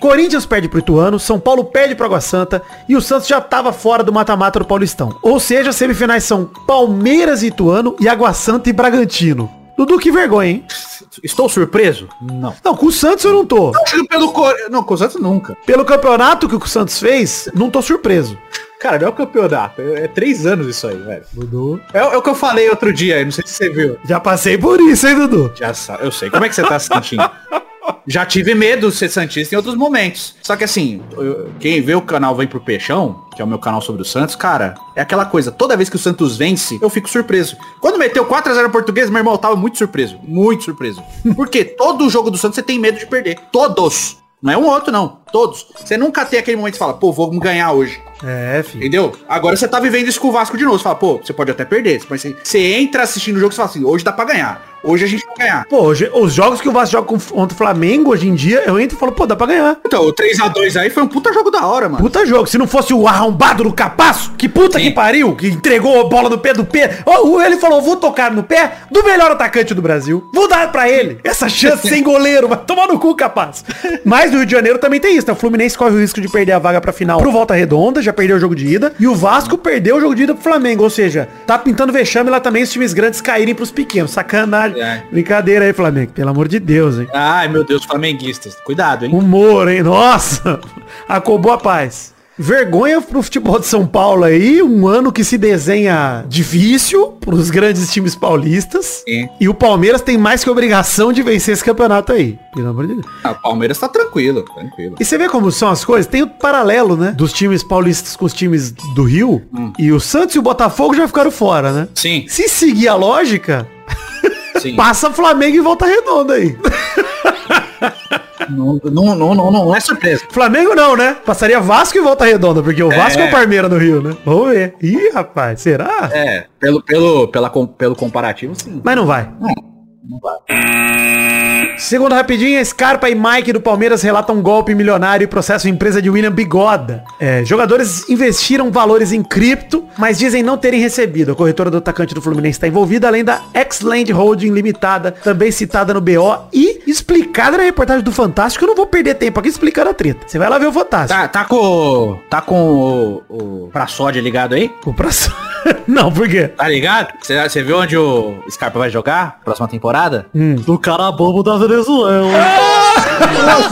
Corinthians perde pro Ituano, São Paulo perde pro Água Santa e o Santos já tava fora do mata-mata do Paulistão. Ou seja, as semifinais são Palmeiras e Ituano e Água Santa e Bragantino. Dudu, que vergonha, hein?
Estou surpreso? Não.
Não, com o Santos eu não tô.
Pelo cor... Não, com o Santos nunca.
Pelo campeonato que o Santos fez, não tô surpreso.
Cara, não é o campeonato. É é três anos isso aí, velho.
Dudu,
É, o- é o que eu falei outro dia, eu não sei se você viu.
já passei por isso, hein, Dudu?
Já sabe, eu sei. Como é que você tá se sentindo? Já tive medo de ser Santista em outros momentos. Só que assim, eu- quem vê o canal Vem pro Peixão, que é o meu canal sobre o Santos, cara, é aquela coisa. Toda vez que o Santos vence, eu fico surpreso. Quando meteu 4x0 no português, meu irmão eu tava muito surpreso. Muito surpreso. Porque todo jogo do Santos você tem medo de perder. Todos. Não é um outro, não. Todos. Você nunca tem aquele momento que você fala, pô, vou ganhar hoje.
É, filho.
Entendeu? Agora você tá vivendo isso com o Vasco de novo. Você fala, pô, você pode até perder. Mas você, você entra assistindo o jogo e você fala assim, hoje dá pra ganhar. Hoje a gente vai ganhar.
Pô, hoje- os jogos que o Vasco joga com- contra o Flamengo hoje em dia, eu entro e falo, pô, dá pra ganhar.
Então, o 3x2 aí foi um puta jogo da hora, mano.
Puta jogo, se não fosse o arrombado do capaço, que puta que pariu, que entregou a bola no pé do pé. Ó, Ele falou, vou tocar no pé do melhor atacante do Brasil. Vou dar pra ele essa chance sem goleiro, vai tomar no cu, capaz. Mas no Rio de Janeiro também tem isso, né? O Fluminense corre o risco de perder a vaga pra final pro Volta Redonda, já perdeu o jogo de ida. E o Vasco perdeu o jogo de ida pro Flamengo, ou seja, tá pintando vexame lá também os times grandes caírem pros pequenos. Sacanagem.
É.
Brincadeira aí, Flamengo. Pelo amor de Deus, hein?
Ai, meu Deus, flamenguistas. Cuidado, hein?
Humor, hein? Nossa! Acabou a paz. Vergonha pro futebol de São Paulo aí, um ano que se desenha difícil pros grandes times paulistas.
Sim.
E o Palmeiras tem mais que obrigação de vencer esse campeonato aí. Pelo amor de Deus.
Ah, o Palmeiras tá tranquilo, tranquilo.
E você vê como são as coisas? Tem o paralelo, né? Dos times paulistas com os times do Rio. E o Santos e o Botafogo já ficaram fora, né?
Sim,
Se seguir a lógica,
sim.
passa Flamengo e volta redonda aí.
não, não, não, não, não é surpresa.
Flamengo não, né? Passaria Vasco e Volta Redonda, porque o
É.
Vasco é o Parmeira no Rio, né? Vamos ver. Ih, rapaz, será?
É, pelo, pelo, pela, com- pelo comparativo, sim.
Mas não vai.
Não vai.
Segundo rapidinho, Scarpa e Mike do Palmeiras relatam um golpe milionário e processo empresa de William Bigoda. É, jogadores investiram valores em cripto, mas dizem não terem recebido. A corretora do atacante do Fluminense está envolvida, além da X-Land Holding Limitada, também citada no BO e explicada na reportagem do Fantástico. Eu não vou perder tempo aqui explicando a treta. Você vai lá ver o Fantástico.
Tá, tá com. Tá com o. o Praçódia ligado aí?
O próximo- não, por quê?
Tá ligado? Você viu onde o Scarpa vai jogar? Próxima temporada?
Hum.
Do Hum. cara bobo da Venezuela.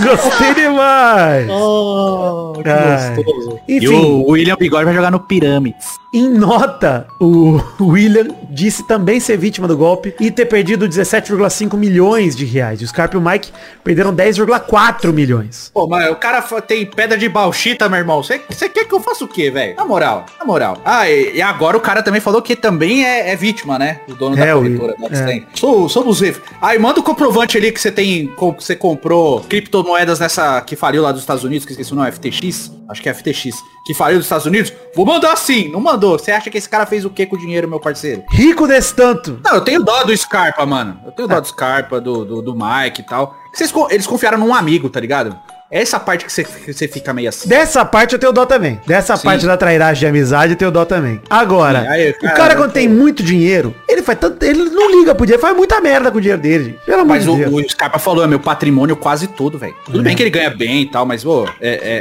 Gostei demais.
Ah,
Ai.
E
Enfim,
o William Bigode vai jogar no Pirâmides.
em nota, o William disse também ser vítima do golpe e ter perdido 17,5 milhões de reais. E o Scarpa e o Mike perderam 10,4 milhões.
Pô, mas o cara fa- tem pedra de bauxita, meu irmão. Você quer que eu faça o quê, velho? Na moral, na moral. Ah, e, e agora o cara também falou que também é, é vítima, né? O dono
É,
da
o-
corretora. da
é.
Stanley. Sou, somos eu. Aí manda o comprovante ali que você tem, com- que você comprou criptomoedas nessa que faliu lá dos Estados Unidos, que eu esqueci o nome, FTX? Acho que é FTX. Que faliu dos Estados Unidos. Vou mandar sim, não mandou. Você acha que esse cara fez o quê com o dinheiro, meu parceiro?
Rico desse tanto.
Não, eu tenho dó do Scarpa, mano. Eu tenho dó do Scarpa, do, do, do Mike e tal. Vocês co- eles confiaram num amigo, tá ligado? É essa parte que você, que você fica meio assim.
Dessa parte eu tenho dó também. Dessa
Sim.
parte da trairagem de amizade eu tenho dó também. Agora,
Sim, aí,
o
cara,
cara quando
eu-
tem muito dinheiro, ele faz tanto, ele não liga pro dinheiro, faz muita merda com o dinheiro dele. gente. Pelo amor
Mas
de
o,
Deus.
o Scarpa falou, é meu patrimônio quase todo, velho. Tudo
Uhum.
bem que ele ganha bem e tal, mas, pô, é,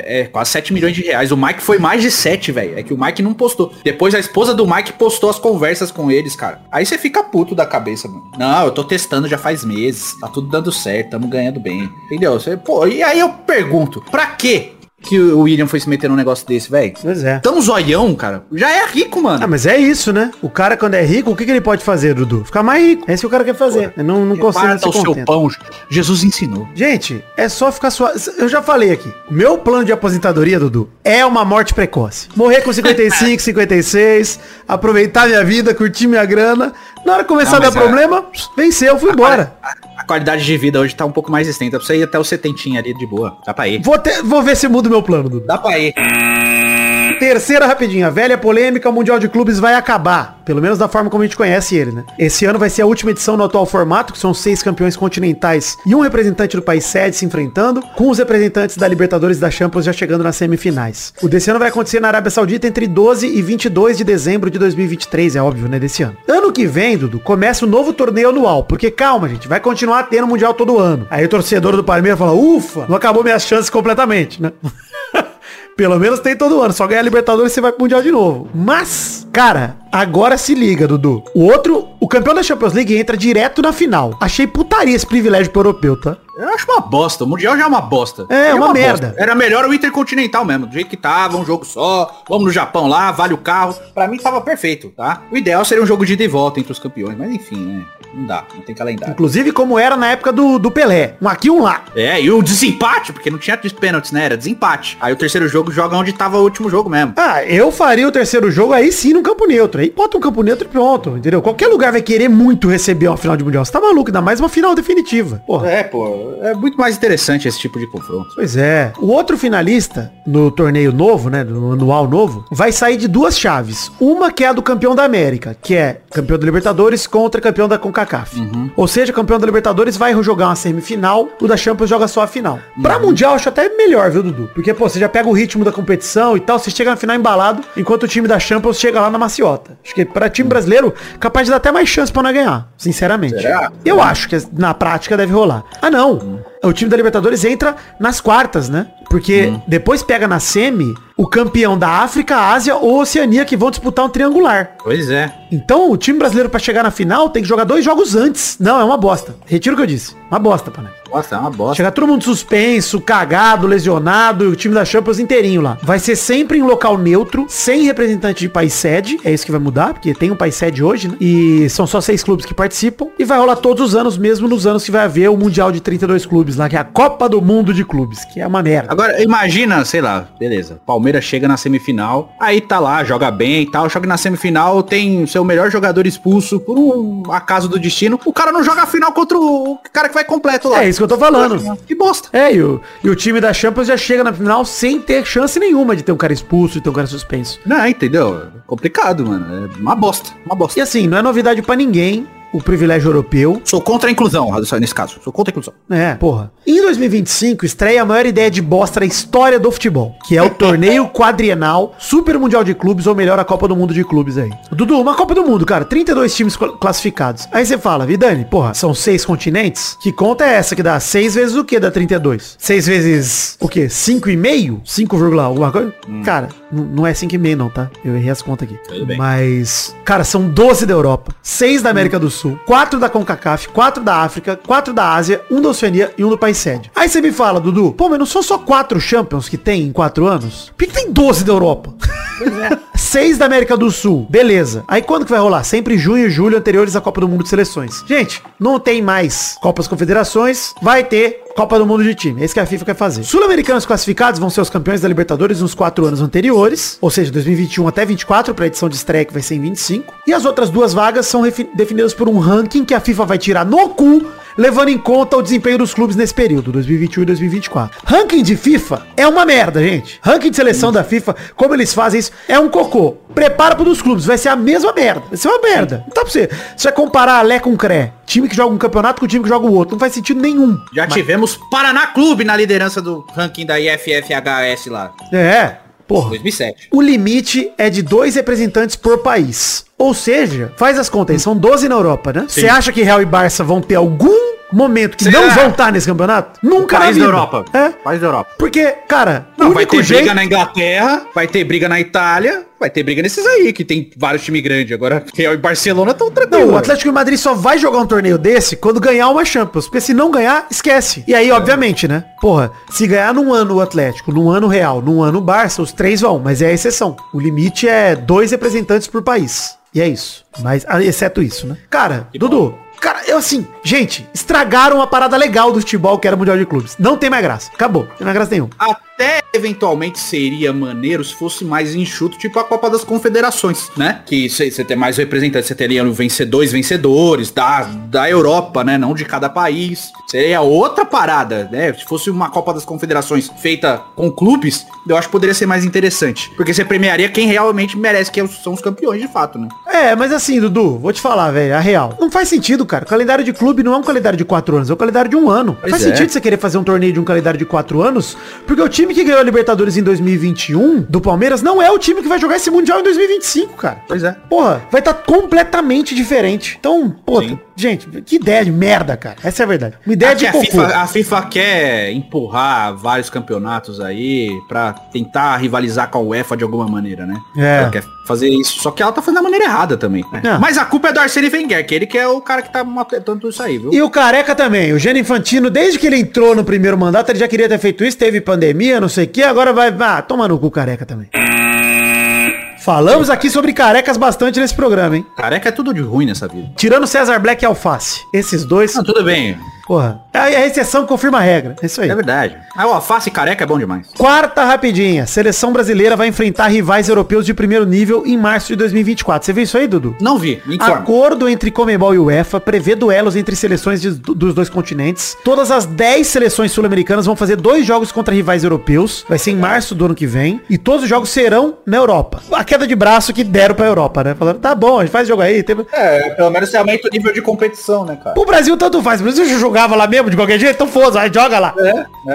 é- é quase 7 milhões de reais. O Mike foi mais de 7, velho. É que o Mike não postou. Depois a esposa do Mike postou as conversas com eles, cara. Aí você fica puto da cabeça, mano. Não, eu tô testando já faz meses. Tá tudo dando certo, tamo ganhando bem. Entendeu? Você, pô, e aí eu pergunto, pra quê que o William foi se meter num negócio desse, velho?
Pois é.
Tão zoião, cara. Já é rico, mano.
Ah, mas é isso, né? O cara, quando é rico, o que, que ele pode fazer, Dudu? Ficar mais rico. É isso que o cara quer fazer. Eu não não consegue
Reparta
se
o seu
contenta.
pão. Jesus ensinou.
Gente, é só ficar sua. Eu já falei aqui. Meu plano de aposentadoria, Dudu, é uma morte precoce. Morrer com 55, 56, aproveitar minha vida, curtir minha grana. Na hora que começar
Não,
a dar
mas é-
problema, venceu, fui embora.
A, a qualidade de vida hoje tá um pouco mais extensa. Pra você ir até o setentinho ali de boa. Dá pra ir.
Vou, ter, vou ver se muda o meu plano, Dudu.
Dá pra ir.
Terceira rapidinha, velha polêmica, o Mundial de Clubes vai acabar. Pelo menos da forma como a gente conhece ele, né? Esse ano vai ser a última edição no atual formato, que são seis campeões continentais e um representante do país sede se enfrentando, com os representantes da Libertadores e da Champions já chegando nas semifinais. O desse ano vai acontecer na Arábia Saudita entre 12 e 22 de dezembro de 2023, é óbvio, né? Desse ano. Ano que vem, Dudu, começa o novo torneio anual, porque calma, gente, vai continuar tendo Mundial todo ano. Aí o torcedor do Palmeiras fala, ufa, não acabou minhas chances completamente, né? Pelo menos tem todo ano. Só ganhar a Libertadores você vai pro Mundial de novo. Mas, cara, agora se liga, Dudu. O outro, o campeão da Champions League entra direto na final. Achei putaria esse privilégio pro europeu, tá?
Eu acho uma bosta. O Mundial já é uma bosta.
É,
Já
uma merda.
bosta. Era melhor o Intercontinental mesmo. Do jeito que tava, um jogo só. Vamos no Japão lá, vale o carro. Pra mim tava perfeito, tá? O ideal seria um jogo de ida e volta entre os campeões. Mas enfim, né? Não dá, não tem calendário.
Inclusive, como era na época do, do Pelé. Um aqui, um lá.
É, e o desempate, porque não tinha pênaltis, né? Era desempate. Aí o terceiro jogo joga onde tava o último jogo mesmo.
Ah, eu faria o terceiro jogo aí sim no campo neutro. Aí bota um campo neutro e pronto, entendeu? Qualquer lugar vai querer muito receber uma final de mundial. Você tá maluco, ainda mais uma final definitiva. Porra.
É, pô, é muito mais interessante esse tipo de confronto.
Pois é. O outro finalista no torneio novo, né, no anual novo, vai sair de duas chaves. Uma que é a do campeão da América, que é campeão da Libertadores contra campeão da CONCACAF. Ou seja, o campeão da Libertadores vai jogar uma semifinal, o da Champions joga só a final. Pra Mundial, eu acho até melhor, viu, Dudu? Porque, pô, você já pega o ritmo da competição e tal, você chega na final embalado, enquanto o time da Champions chega lá na maciota. Acho que pra time brasileiro, capaz de dar até mais chance pra nós ganhar, sinceramente.
Será?
Eu acho que na prática deve rolar. Ah, não. O time da Libertadores entra nas quartas, né? Porque depois pega na semi o campeão da África, Ásia ou Oceania que vão disputar um triangular.
Pois é.
Então, o time brasileiro pra chegar na final tem que jogar dois jogos antes. Não, é uma bosta. Retiro o que eu disse. Uma bosta, Pané.
Nossa, é uma bosta.
Chegar todo mundo suspenso, cagado, lesionado, e o time da Champions inteirinho lá. Vai ser sempre em local neutro, sem representante de país sede, é isso que vai mudar, porque tem um país sede hoje, né? E são só seis clubes que participam, e vai rolar todos os anos, mesmo nos anos que vai haver o Mundial de 32 clubes lá, que é a Copa do Mundo de Clubes, que é uma merda.
Agora, imagina, sei lá, beleza. Palmeiras chega na semifinal, aí tá lá, joga bem e tal. Só que na semifinal tem o seu melhor jogador expulso por um acaso do destino. O cara não joga a final contra o cara que vai completo lá.
É isso que eu tô falando.
Que bosta.
É, e o, e o time da Champions já chega na final sem ter chance nenhuma de ter um cara expulso, de ter um cara suspenso.
Não, entendeu? Complicado, mano. É uma bosta. Uma bosta.
E assim, não é novidade pra ninguém o privilégio europeu.
Sou contra a inclusão, só nesse caso. Sou contra a inclusão.
É, porra. Em 2025, estreia a maior ideia de bosta da história do futebol, que é o torneio quadrienal, Super Mundial de Clubes, ou melhor, a Copa do Mundo de Clubes aí. Dudu, uma Copa do Mundo, cara, 32 times cla- classificados. Aí você fala, Vidani, porra, são seis continentes? Que conta é essa que dá? Seis vezes o que dá 32? Seis vezes o quê? Cinco e meio? 5, alguma coisa? Cara, n- não é cinco e meio não, tá? Eu errei as contas aqui.
Hum. Tudo bem.
Mas, cara, são 12 da Europa, 6 da América do Sul, 4 da CONCACAF, 4 da África, 4 da Ásia, 1 da Oceania e 1 do país sede. Aí você me fala, Dudu, pô, mas não são só 4 Champions que tem em 4 anos? Por que que tem 12 da Europa? 6 da América do Sul, beleza. Aí quando que vai rolar? Sempre em junho e julho anteriores à Copa do Mundo de Seleções. Gente, não tem mais Copas Confederações, vai ter Copa do Mundo de time. É isso que a FIFA quer fazer. Sul-americanos classificados vão ser os campeões da Libertadores nos quatro anos anteriores, ou seja, 2021 até 24, para a edição de estreia que vai ser em 25. E as outras duas vagas são refi- definidas por um ranking que a FIFA vai tirar no cu, levando em conta o desempenho dos clubes nesse período, 2021 e 2024. Ranking de FIFA é uma merda, gente. Ranking de seleção da FIFA, como eles fazem isso, é um cocô. Prepara pro dos clubes, vai ser a mesma merda. Vai ser uma merda. Não tá pra você. Você vai comparar a Lé com Cré. Time que joga um campeonato com o time que joga o outro. Não faz sentido nenhum.
Já tivemos Paraná Clube na liderança do ranking da IFFHS lá,
É, porra.
2007.
O limite é de dois representantes por país. Ou seja, faz as contas, aí, são 12 na Europa, né? Você acha que Real e Barça vão ter algum momento que
Será?
não vão estar nesse campeonato? Nunca na
é. País da
vida.
Europa.
É,
País da Europa.
porque, cara,
Não,
o
vai
único
ter
jeito...
briga né? na Inglaterra, vai ter briga na Itália, vai ter briga nesses aí, que tem vários times grandes. Agora, Real e Barcelona estão tranquilos.
Não, o Atlético de Madrid só vai jogar um torneio desse quando ganhar uma Champions. Porque se não ganhar, esquece. E aí,
É.
obviamente, né? Porra, se ganhar num ano o Atlético, num ano o Real, num ano o Barça, os três vão. Mas é a exceção. O limite é dois representantes por país. E é isso. Mas, ah, exceto isso, né? Cara, Dudu. Cara, eu assim, gente, estragaram a parada legal do futebol que era o Mundial de Clubes. Não tem mais graça. Acabou. Não tem mais graça nenhuma.
Até eventualmente seria maneiro se fosse mais enxuto, tipo a Copa das Confederações, né? Que você tem mais representantes, você teria um vencer dois vencedores da, da Europa, né? Não de cada país. Seria outra parada, né? Se fosse uma Copa das Confederações feita com clubes, eu acho que poderia ser mais interessante. Porque você premiaria quem realmente merece, que é são os campeões de fato, né?
É, mas assim, Dudu, vou te falar, velho, a real. Não faz sentido, cara. O calendário de clube não é um calendário de quatro anos, é um calendário de um ano.
Pois
faz
é.
sentido você querer fazer um torneio de um calendário de quatro anos, porque o time que ganhou a Libertadores em 2021, do Palmeiras, não é o time que vai jogar esse Mundial em 2025, cara.
Pois é.
Porra, vai estar completamente diferente. Então,
Sim.
puta, gente, que ideia de merda, cara. Essa é a verdade. Uma ideia
É
de
que a
cocô.
FIFA, a FIFA quer empurrar vários campeonatos aí pra tentar rivalizar com a UEFA de alguma maneira, né?
É.
Ela quer fazer isso, só que ela tá fazendo da maneira errada também. né?
É.
Mas a culpa é do Arsene Wenger, que ele que é o cara que tá matando isso aí, viu?
E o Careca também. O Gênio Infantino, desde que ele entrou no primeiro mandato, ele já queria ter feito isso, teve pandemia, não sei o que, agora vai. Ah, toma no cu, Careca também. Falamos aqui sobre carecas bastante nesse programa, hein?
Careca é tudo de ruim nessa vida.
Tirando César Black e Alface. Esses dois,
Não, tudo bem.
porra. É a exceção que confirma a regra. É isso aí.
É verdade. Ah, o alface careca é bom demais.
Quarta rapidinha. Seleção brasileira vai enfrentar rivais europeus de primeiro nível em março de 2024. Você viu isso aí, Dudu?
Não vi, me informa.
Acordo entre Comebol e UEFA prevê duelos entre seleções de- dos dois continentes. Todas as 10 seleções sul-americanas vão fazer dois jogos contra rivais europeus. Vai ser em março do ano que vem. E todos os jogos serão na Europa. A queda de braço que deram pra Europa, né? Falaram, tá bom, a gente faz jogo aí. Tem...
É, pelo menos aumenta o nível de competição, né, cara?
O Brasil tanto faz. O Brasil já jogava lá mesmo, de qualquer jeito, então foda-se, aí joga lá.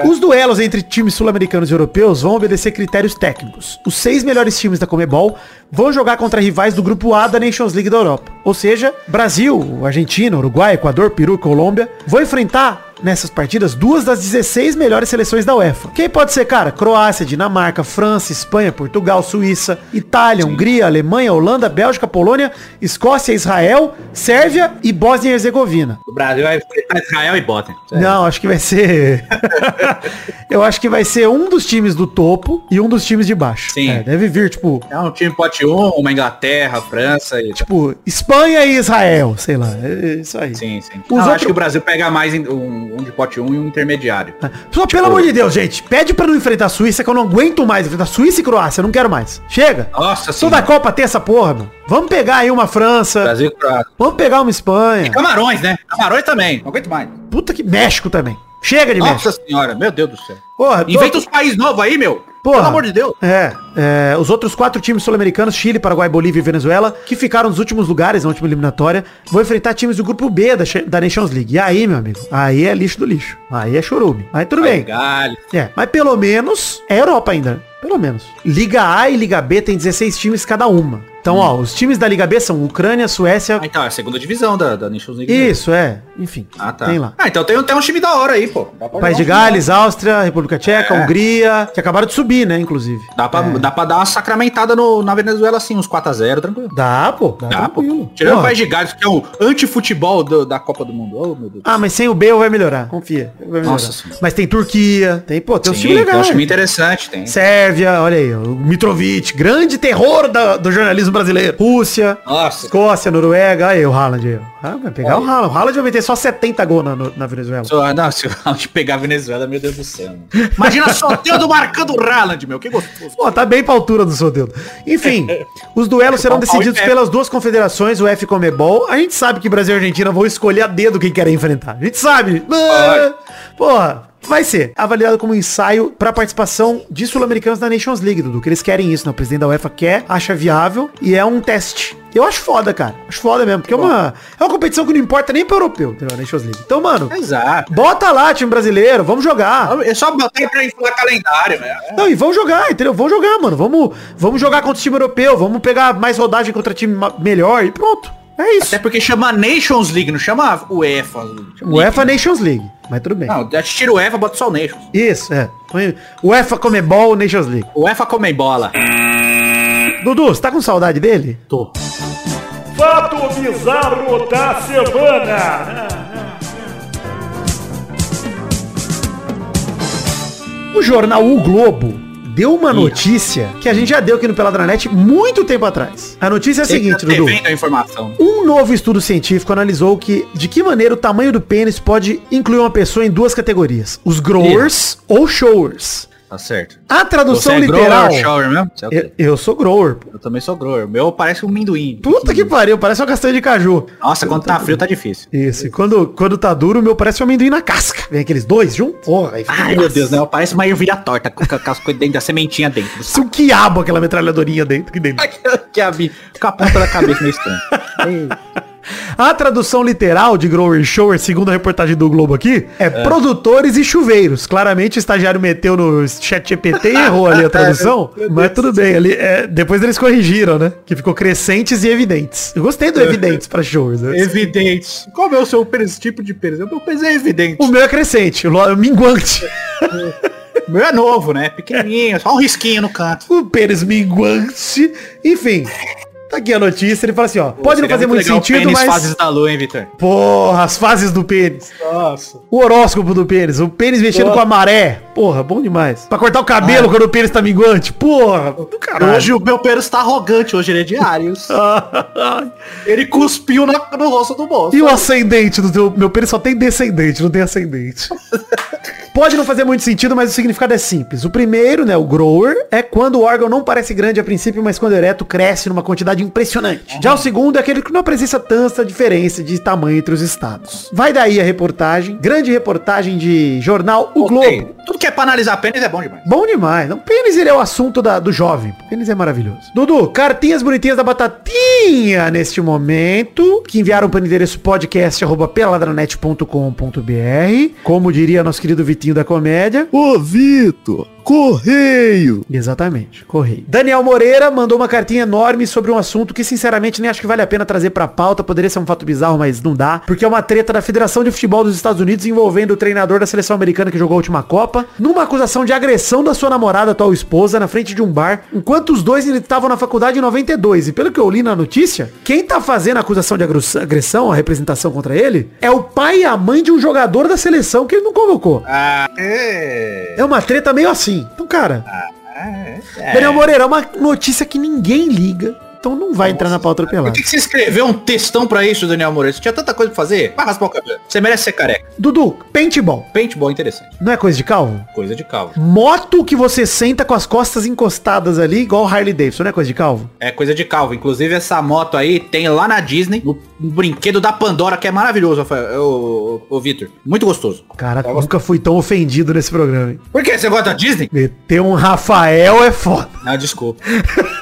Os duelos entre times sul-americanos e europeus vão obedecer critérios técnicos. Os seis melhores times da Comebol vão jogar contra rivais do grupo A da Nations League da Europa. Ou seja, Brasil, Argentina, Uruguai, Equador, Peru, e Colômbia vão enfrentar nessas partidas duas das 16 melhores seleções da UEFA. Quem pode ser, cara? Croácia, Dinamarca, França, Espanha, Portugal, Suíça, Itália, Hungria, Alemanha, Holanda, Bélgica, Polônia, Escócia, Israel, Sérvia e Bósnia e Herzegovina.
O Brasil vai enfrentar Israel e Botem.
Não, acho que vai ser. Eu acho que vai ser um dos times do topo e um dos times de baixo.
Sim.
É, deve vir, tipo,
É um time pote 1, uma Inglaterra, França e...
tipo, Espanha e Israel, sei lá. É isso aí.
Sim, sim.
Os
Não,
outros-
acho que o Brasil pega mais em- um, um de pote 1 e um intermediário.
Tá. Só,
Tipo,
pelo amor de Deus, gente, pede pra não enfrentar a Suíça, que eu não aguento mais enfrentar Suíça e Croácia, eu não quero mais. Chega.
Nossa
Toda
senhora.
a Copa tem essa porra, meu. Vamos pegar aí uma França,
Brasil e Croácia.
vamos pegar uma Espanha.
Camarões, né? Camarões também. Não aguento mais.
Puta que México também. Chega de México.
Nossa senhora, meu Deus do céu.
Porra, tô-
Inventa os países novos aí, meu.
Porra.
Pelo amor de Deus.
É, é, os outros quatro times sul-americanos, Chile, Paraguai, Bolívia e Venezuela, que ficaram nos últimos lugares na última eliminatória, vão enfrentar times do grupo B da, Che- da Nations League. E aí, meu amigo, aí é lixo do lixo. Aí é chorume. Mas tudo bem.
Galho.
É, mas pelo menos é Europa ainda. Pelo menos. Liga A e Liga B tem 16 times cada uma. Então, ó, os times da Liga B são Ucrânia, Suécia.
Ah, então, é a segunda divisão da, da Nations League.
Isso, é. Enfim.
Ah, tá.
Tem lá.
Ah, então tem, um- tem um time da hora aí, pô. Dá pra
País de
jogar um time
Gales, Áustria, República Tcheca, Hungria, que acabaram de subir, né, inclusive.
da hora. É. Dá pra, dá pra dar uma sacramentada no, na Venezuela, assim, uns 4x0, tranquilo.
Dá, pô. Dá,
Dá, pô.
Tá tranquilo.
Tirando o
Porra.
País de Gales, que é o antifutebol do- da Copa do Mundo. Oh, meu Deus.
Ah, mas sem o B vai melhorar. Confia. Vai melhorar.
Nossa Senhora.
mas tem Turquia, tem, pô, tem um
Sim,
time
tem
legal.
um time interessante, tem.
Sérvia, olha aí, o Mitrovic, grande terror da- do jornalismo brasileiro. Rússia,
Nossa.
Escócia, Noruega, olha aí o Haaland aí. ó. Ah, vai pegar o Haaland. O Haaland vai meter só 70 gols na, no- na Venezuela.
Se eu- ah, Não, se o Haaland pegar a Venezuela, meu Deus do céu. mano. Imagina só Teudo marcando o Haaland, meu. Que gostoso.
Pô, tá bem pra altura do Soteldo. Enfim, os duelos serão
São Paulo
decididos
e Pepe.
pelas duas confederações, o F e Comebol. A gente sabe que Brasil e Argentina vão escolher a dedo quem querem enfrentar. A gente sabe. Ah, Porra. Vai ser avaliado como ensaio para participação de sul-americanos na Nations League, Dudu. Que eles querem isso, né? O presidente da UEFA quer, acha viável e é um teste. Eu acho foda, cara. Acho foda mesmo, porque é uma, é uma competição que não importa nem para europeu, entendeu? A Nations League. Então, mano,
Exato.
bota lá, time brasileiro, vamos jogar.
É só botar pra inflar calendário, né?
Não, e vão jogar, entendeu? Vão jogar, mano. Vamos, vamos jogar contra o time europeu, vamos pegar mais rodagem contra time ma- melhor e pronto. É isso.
Até porque chama Nations League, não chama UEFA. Chama
UEFA Nations League, mas tudo bem.
Não, tira o UEFA, bota só o Nations.
Isso, é. Põe UEFA Comebol Nations League.
UEFA comem bola.
É Dudu, você tá com saudade dele?
Tô.
Fato bizarro da semana.
O jornal O Globo deu uma notícia que a gente já deu aqui no Peladranet muito tempo atrás. A notícia é a seguinte,
Ele tá
Dudu.
devendo a informação.
Um novo estudo científico analisou que de que maneira o tamanho do pênis pode incluir uma pessoa em duas categorias: os growers ou showers.
Tá certo. é
A tradução
grower
literal.
ou shower mesmo? Você é o
Eu,
quê?
eu sou grower. pô.
Eu também sou grower. O meu parece um minduim.
Puta que pariu, parece uma castanha de caju.
Nossa, quando tá frio tá difícil.
Isso, e quando, quando tá duro, o meu parece um amendoim na casca. Vem aqueles dois juntos. Porra, aí fica
Ai, meu Deus, né? Parece uma ervilha torta com, com as coisas dentro, da sementinha dentro.
parece um quiabo aquela metralhadorinha dentro. Que delícia.
que abri com a ponta da cabeça meio estranho.
A tradução literal de grower e shower, segundo a reportagem do Globo aqui, é, produtores e chuveiros. Claramente o estagiário meteu no chat GPT e errou ali a tradução, mas tudo bem. Ali, é, depois eles corrigiram, né? Que ficou crescentes e evidentes. Eu gostei do evidentes pra showers. Né?
Evidente. Como é o seu pênis- tipo de pênis? O meu pênis é evidente.
O meu é crescente, o lo- minguante.
O meu é novo, né? Pequenininho, só um risquinho no canto.
o pênis minguante. Enfim, Tá aqui a notícia, ele fala assim, ó.
Pô,
pode não
seria
fazer muito
legal o
sentido,
pênis
mas.
fases da lua, hein, Vitor?
Porra, as fases do pênis.
Nossa.
O horóscopo do pênis. O pênis mexendo
Porra.
com a maré. Porra, bom demais. Pra cortar o cabelo quando o pênis tá minguante. Porra, do caralho.
Hoje o meu pênis tá arrogante, hoje ele é diário. ele cuspiu na- no rosto do moço.
E o ascendente do teu. Meu pênis só tem descendente, não tem ascendente. Pode não fazer muito sentido, mas o significado é simples. O primeiro, né, o grower, é quando o órgão não parece grande a princípio, mas quando ereto cresce numa quantidade impressionante. Já o segundo é aquele que não apresenta tanta diferença de tamanho entre os estados. Vai daí a reportagem, grande reportagem de jornal O
Gostei.
Globo.
Tudo que é pra analisar pênis é bom demais.
Bom demais. Não, pênis ele é o assunto da- do jovem. Pênis é maravilhoso. Dudu, cartinhas bonitinhas da batatinha neste momento, que enviaram para o endereço podcast@peladranet.com.br, como diria nosso querido Vitinho da comédia.
Ô, Vitor, correio!
Exatamente, correio. Daniel Moreira mandou uma cartinha enorme sobre um assunto que, sinceramente, nem acho que vale a pena trazer pra pauta. Poderia ser um fato bizarro, mas não dá. Porque é uma treta da Federação de Futebol dos Estados Unidos envolvendo o treinador da seleção americana que jogou a última Copa, numa acusação de agressão da sua namorada, atual esposa, na frente de um bar, enquanto os dois ainda estavam na faculdade em 92. E pelo que eu li na notícia, quem tá fazendo a acusação de agru- agressão, a representação contra ele, é o pai e a mãe de um jogador da seleção que ele não convocou.
Ah, é.
É uma treta meio assim. Então, cara. Daniel Moreira, é uma notícia que ninguém liga. Então não vai entrar na pauta
Por
pelada.
que, que você escreveu um textão pra isso, Daniel Moreira? Você tinha tanta coisa pra fazer? Vai raspar o cabelo. Você merece ser careca.
Dudu, paintball.
Paintball é interessante.
Não é coisa de calvo?
Coisa de calvo.
Moto que você senta com as costas encostadas ali, igual o Harley Davidson, não é coisa de calvo?
É coisa de calvo. Inclusive, essa moto aí tem lá na Disney, no brinquedo da Pandora, que é maravilhoso, Rafael. Ô, ô, ô, Vitor. Muito gostoso.
Cara, nunca fui tão ofendido nesse programa. hein?
Por que Você gosta da Disney?
Meter um Rafael é foda.
Não, Ah, desculpa.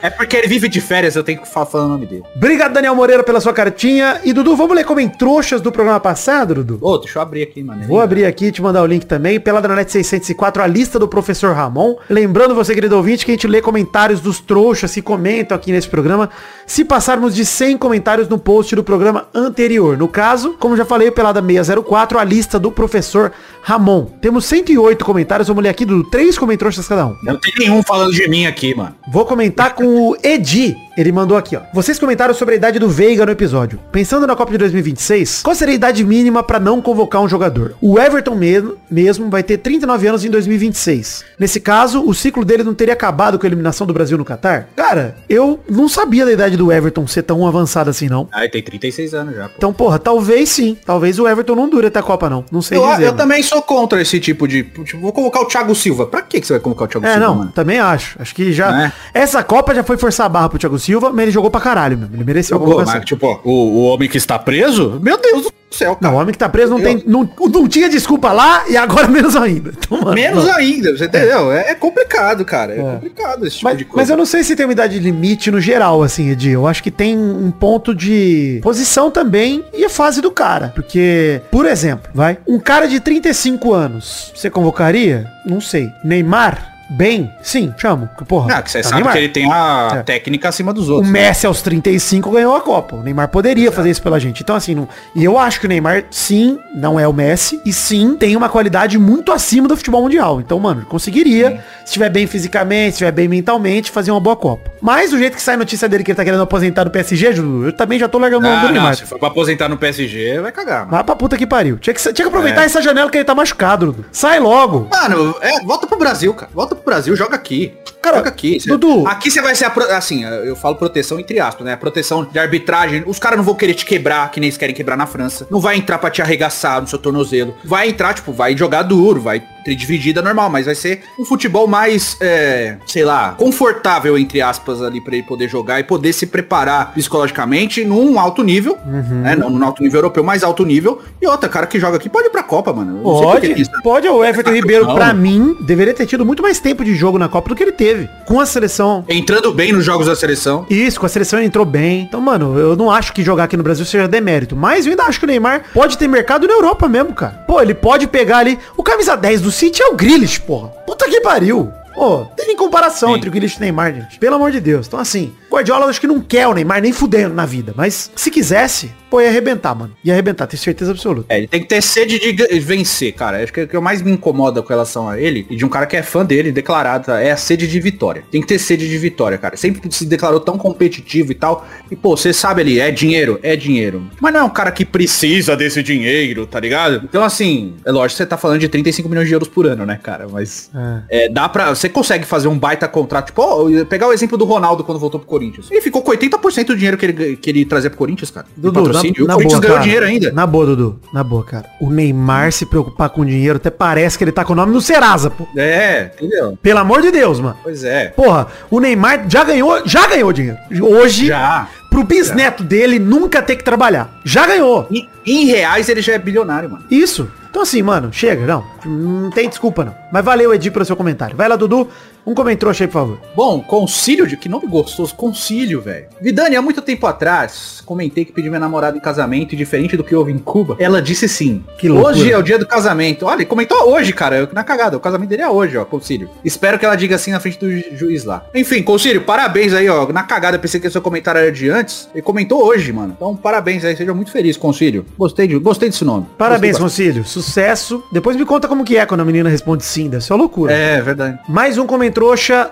é porque ele vive de férias, eu tenho que fa- falar o nome dele.
Obrigado, Daniel Moreira, pela sua cartinha. E Dudu, vamos ler como em trouxas do programa passado, Dudu?
Ô, deixa eu abrir aqui, mano.
Vou abrir aqui e te mandar o link também. Peladranet 604, a lista do professor Ramon. Lembrando você, querido ouvinte, que a gente lê comentários dos trouxas que comentam aqui nesse programa. Se passarmos de 100 comentários no post do programa anterior. No caso, como já falei, Pelada 604, a lista do professor Ramon. Temos 108 comentários, vamos ler aqui do 3 comentários cada um.
Não tem nenhum falando de mim aqui, mano.
Vou comentar com o Edi. Ele mandou aqui, ó. Vocês comentaram sobre a idade do Veiga no episódio. Pensando na Copa de 2026, qual seria a idade mínima pra não convocar um jogador? O Everton mesmo, mesmo vai ter 39 anos em 2026. Nesse caso, o ciclo dele não teria acabado com a eliminação do Brasil no Catar? Cara, eu não sabia da idade do Everton ser tão avançada assim, não.
Ah, ele tem 36 anos já, pô.
Então, porra, talvez sim. Talvez o Everton não dure até a Copa, não. Não sei
Eu,
dizer.
eu
mano.
também sou contra esse tipo de. Tipo, vou colocar o Thiago Silva. Pra que que você vai colocar o Thiago
É,
Silva,
não,
mano?
também acho. Acho que já.
Né?
Essa Copa já foi forçar a barra pro Thiago Silva, mas ele jogou pra caralho, meu. Ele mereceu a
Jogou,
convocação.
mas, tipo, ó, o, o homem que está preso? Meu Deus do céu, cara.
Não, o homem que tá preso não, tem, não, não tinha desculpa lá e agora menos ainda. Então, mano,
Menos
não.
ainda, você entendeu? É, é complicado, cara. É, complicado esse tipo
Mas,
de coisa.
mas eu não sei se tem uma idade limite no geral, assim, Edi. Eu acho que tem um ponto de posição também e a fase do cara. Porque, por exemplo, vai. Um cara de 35 anos, você convocaria? Não sei. Neymar? Bem? Sim, chamo. Porra.
Ah, que você
tá
sabe
Neymar.
que ele tem a
É.
técnica acima dos
O
outros. né?
Messi aos 35 ganhou a Copa. O Neymar poderia fazer isso pela gente. Então, assim, não- e eu acho que o Neymar, sim, não é o Messi. E sim, tem uma qualidade muito acima do futebol mundial. Então, mano, conseguiria, se estiver bem fisicamente, se estiver bem mentalmente, fazer uma boa Copa. Mas do jeito que sai a notícia dele que ele tá querendo aposentar do PSG, Ju, eu também já tô largando o
Ah,
nome é do
não,
Neymar.
se for pra aposentar no PSG, vai cagar, mano.
Vai pra puta que pariu. Tinha que, tinha que aproveitar
É.
essa janela que ele tá machucado, Dudu. Sai logo.
Mano, é, volta pro Brasil, cara. Volta pro Brasil, joga aqui.
Cara,
joga aqui. Cê-
Dudu-
Aqui você vai ser, a pro- assim, eu falo proteção entre aspas, né? Proteção de arbitragem. Os caras não vão querer te quebrar, que nem eles querem quebrar na França. Não vai entrar pra te arregaçar no seu tornozelo. Vai entrar, tipo, vai jogar duro, vai ter dividida normal, mas vai ser um futebol mais, é, sei lá, confortável, entre aspas, ali pra ele poder jogar e poder se preparar psicologicamente num alto nível,
Uhum.
né? Não num alto nível europeu, mas alto nível. E outra, cara que joga aqui pode ir pra Copa, mano. Eu não sei por que que
Pode,
isso- né?
pode. O Everton Ribeiro,
Não.
pra mim, deveria ter tido muito mais tempo de jogo na Copa do que ele teve. Com a seleção
Entrando bem nos jogos da seleção.
Isso, com a seleção ele entrou bem. Então, mano, eu não acho que jogar aqui no Brasil seja demérito. Mas eu ainda acho que o Neymar pode ter mercado na Europa mesmo, cara. Pô, ele pode pegar ali. O camisa 10 do City é o Grealish, porra. Puta que pariu. Pô, tem nem comparação
Sim.
entre o Grealish e o Neymar, gente. Pelo amor de Deus. Então, assim, Guardiola eu acho que não quer o Neymar nem fudendo na vida. Mas se quisesse, Pô, ia arrebentar, mano. Ia arrebentar, tenho certeza absoluta.
É, ele tem que ter sede de gan- vencer, cara. Acho que é o que mais me incomoda com relação a ele, e de um cara que é fã dele, declarado, tá? é a sede de vitória. Tem que ter sede de vitória, cara. Sempre se declarou tão competitivo e tal. E, pô, você sabe ali, é dinheiro, é dinheiro. Mas não é um cara que precisa desse dinheiro, tá ligado? Então, assim, é lógico que você tá falando de 35 milhões de euros por ano, né, cara? Mas é, dá pra. Você consegue fazer um baita contrato. Tipo, ó, pegar o exemplo do Ronaldo quando voltou pro Corinthians. Ele ficou com 80% do dinheiro que ele, que ele trazia pro Corinthians, cara. De
Dudu, na,
patrocínio. E o
na
Corinthians
boa,
ganhou
cara.
dinheiro ainda.
Na boa, Dudu. Na boa, cara. O Neymar se preocupar com dinheiro até parece que ele tá com o nome no Serasa, pô.
É, entendeu?
Pelo amor de Deus, mano.
Pois é.
Porra, o Neymar já ganhou, já ganhou dinheiro. Hoje,
Já.
pro bisneto dele nunca ter que trabalhar. Já ganhou.
Em, em reais ele já é bilionário, mano.
Isso. Então assim, mano, chega, não. Não tem desculpa, não. Mas valeu, Edi, pelo seu comentário. Vai lá, Dudu. Um comentário aí, por favor.
Bom, concílio de que nome gostoso, concílio, velho. Vidani, há muito tempo atrás, comentei que pedi minha namorada em casamento e diferente do que houve em Cuba, ela disse sim.
Que loucura.
hoje é o dia do casamento. Olha, ele comentou hoje, cara, eu- na cagada. O casamento dele é hoje, ó, concílio. Espero que ela diga assim na frente do ju- juiz lá. Enfim, concílio, parabéns aí, ó. Na cagada, eu pensei que seu comentário era de antes. Ele comentou hoje, mano. Então, parabéns aí, seja muito feliz, concílio. Gostei, de, gostei desse nome.
Parabéns,
Gostei
Concílio. Sucesso. Depois me conta como que é quando a menina responde sim, deve ser
bastante.
uma loucura.
É, verdade.
Mais um comentrouxa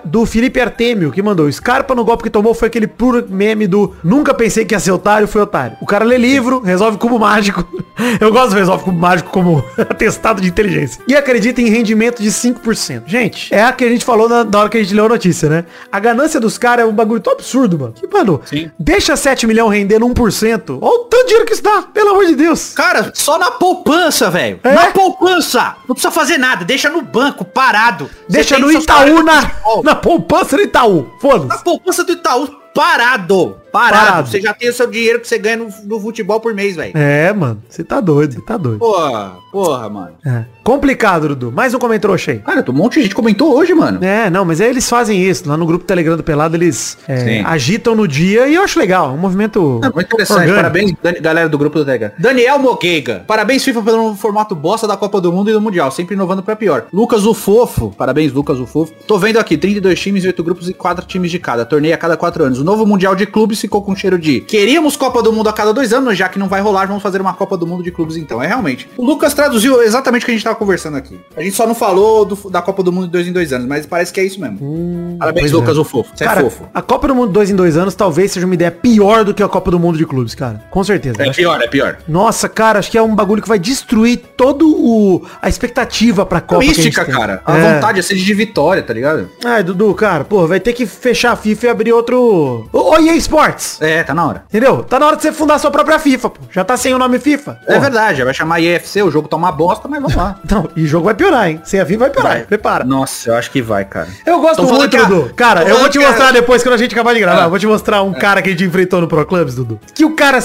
do Felipe Artemio, que mandou. Scarpa no golpe que tomou foi aquele puro meme do nunca pensei que ia ser otário, foi otário. O cara lê livro, resolve cubo mágico. Eu gosto do resolve cubo mágico como atestado de inteligência. E acredita em rendimento de 5%. Gente, é a que a gente falou na, na hora que a gente leu a notícia, né? A ganância dos caras é um bagulho tão absurdo, mano. Que, mano,
Sim.
deixa 7 milhões rendendo 1%. Olha o tanto de dinheiro que isso dá, pelo amor de Deus.
Cara, só na poupança, velho.
É?
Na poupança. Não precisa fazer nada. Deixa no banco, parado. Você
Deixa
tem
no
seus
Itaú,
caras de
na,
futebol.
na poupança do Itaú.
Na
Foda-se.
poupança do Itaú, parado. Parado.
Parado.
Você já tem o seu dinheiro que você ganha no, no futebol por mês, velho.
É, mano, você tá doido, você tá doido.
Porra, porra, mano.
É. Complicado, Dudu. Mais um comentrouxa aí.
Cara, um monte de gente comentou hoje, mano.
É, não, mas aí eles fazem isso. Lá no grupo Telegram do Pelado, eles é,
Sim.
agitam no dia e eu acho legal. Um movimento.
É, muito interessante,
orgânico.
parabéns, Dan- galera do grupo do Tega. Daniel Mogueiga, parabéns FIFA pelo novo formato bosta da Copa do Mundo e do Mundial, sempre inovando pra pior. Lucas o Fofo, parabéns Lucas o Fofo. Tô vendo aqui, 32 times, 8 grupos e 4 times de cada, torneio a cada 4 anos. O novo Mundial de Clubes ficou com cheiro de queríamos Copa do Mundo a cada 2 anos, já que não vai rolar, vamos fazer uma Copa do Mundo de Clubes então. É realmente. O Lucas traduziu exatamente o que a gente tava conversando aqui. A gente só não falou do- da Copa do Mundo de 2 em 2 anos, mas parece que é isso mesmo. parabéns
pois é.
Lucas o Fofo, você
Cara,
é fofo.
a Copa do Mundo 2 em 2 anos talvez seja uma ideia pior do que a Copa do Mundo de Clubes, cara. Com certeza.
É pior, é pior.
Nossa, cara, acho que é um bagulho que vai destruir todo o a expectativa pra Copa. que a gente
mística,
tem.
cara. A
É.
vontade, a sede de vitória, tá ligado?
Ai, Dudu, cara, pô, vai ter que fechar a FIFA e abrir outro. Ô, ô, EA Sports!
É, tá na hora.
Entendeu? Tá na hora de você fundar a sua própria FIFA, pô. Já tá sem o nome FIFA.
É
Porra.
verdade, já vai chamar IFC, o jogo tá uma bosta, mas vamos lá.
Não, e o jogo vai piorar, hein? Sem a FIFA vai piorar,
Vai.
prepara.
Nossa, eu acho que vai, cara.
Eu gosto
Tô falando
muito,
que a-
Dudu.
Tô
Cara, eu vou
falando
te
que a-
mostrar depois, quando a gente acabar de gravar,
Ah.
eu vou te mostrar um cara que a gente enfrentou no Pro Clubs, Dudu. Que o cara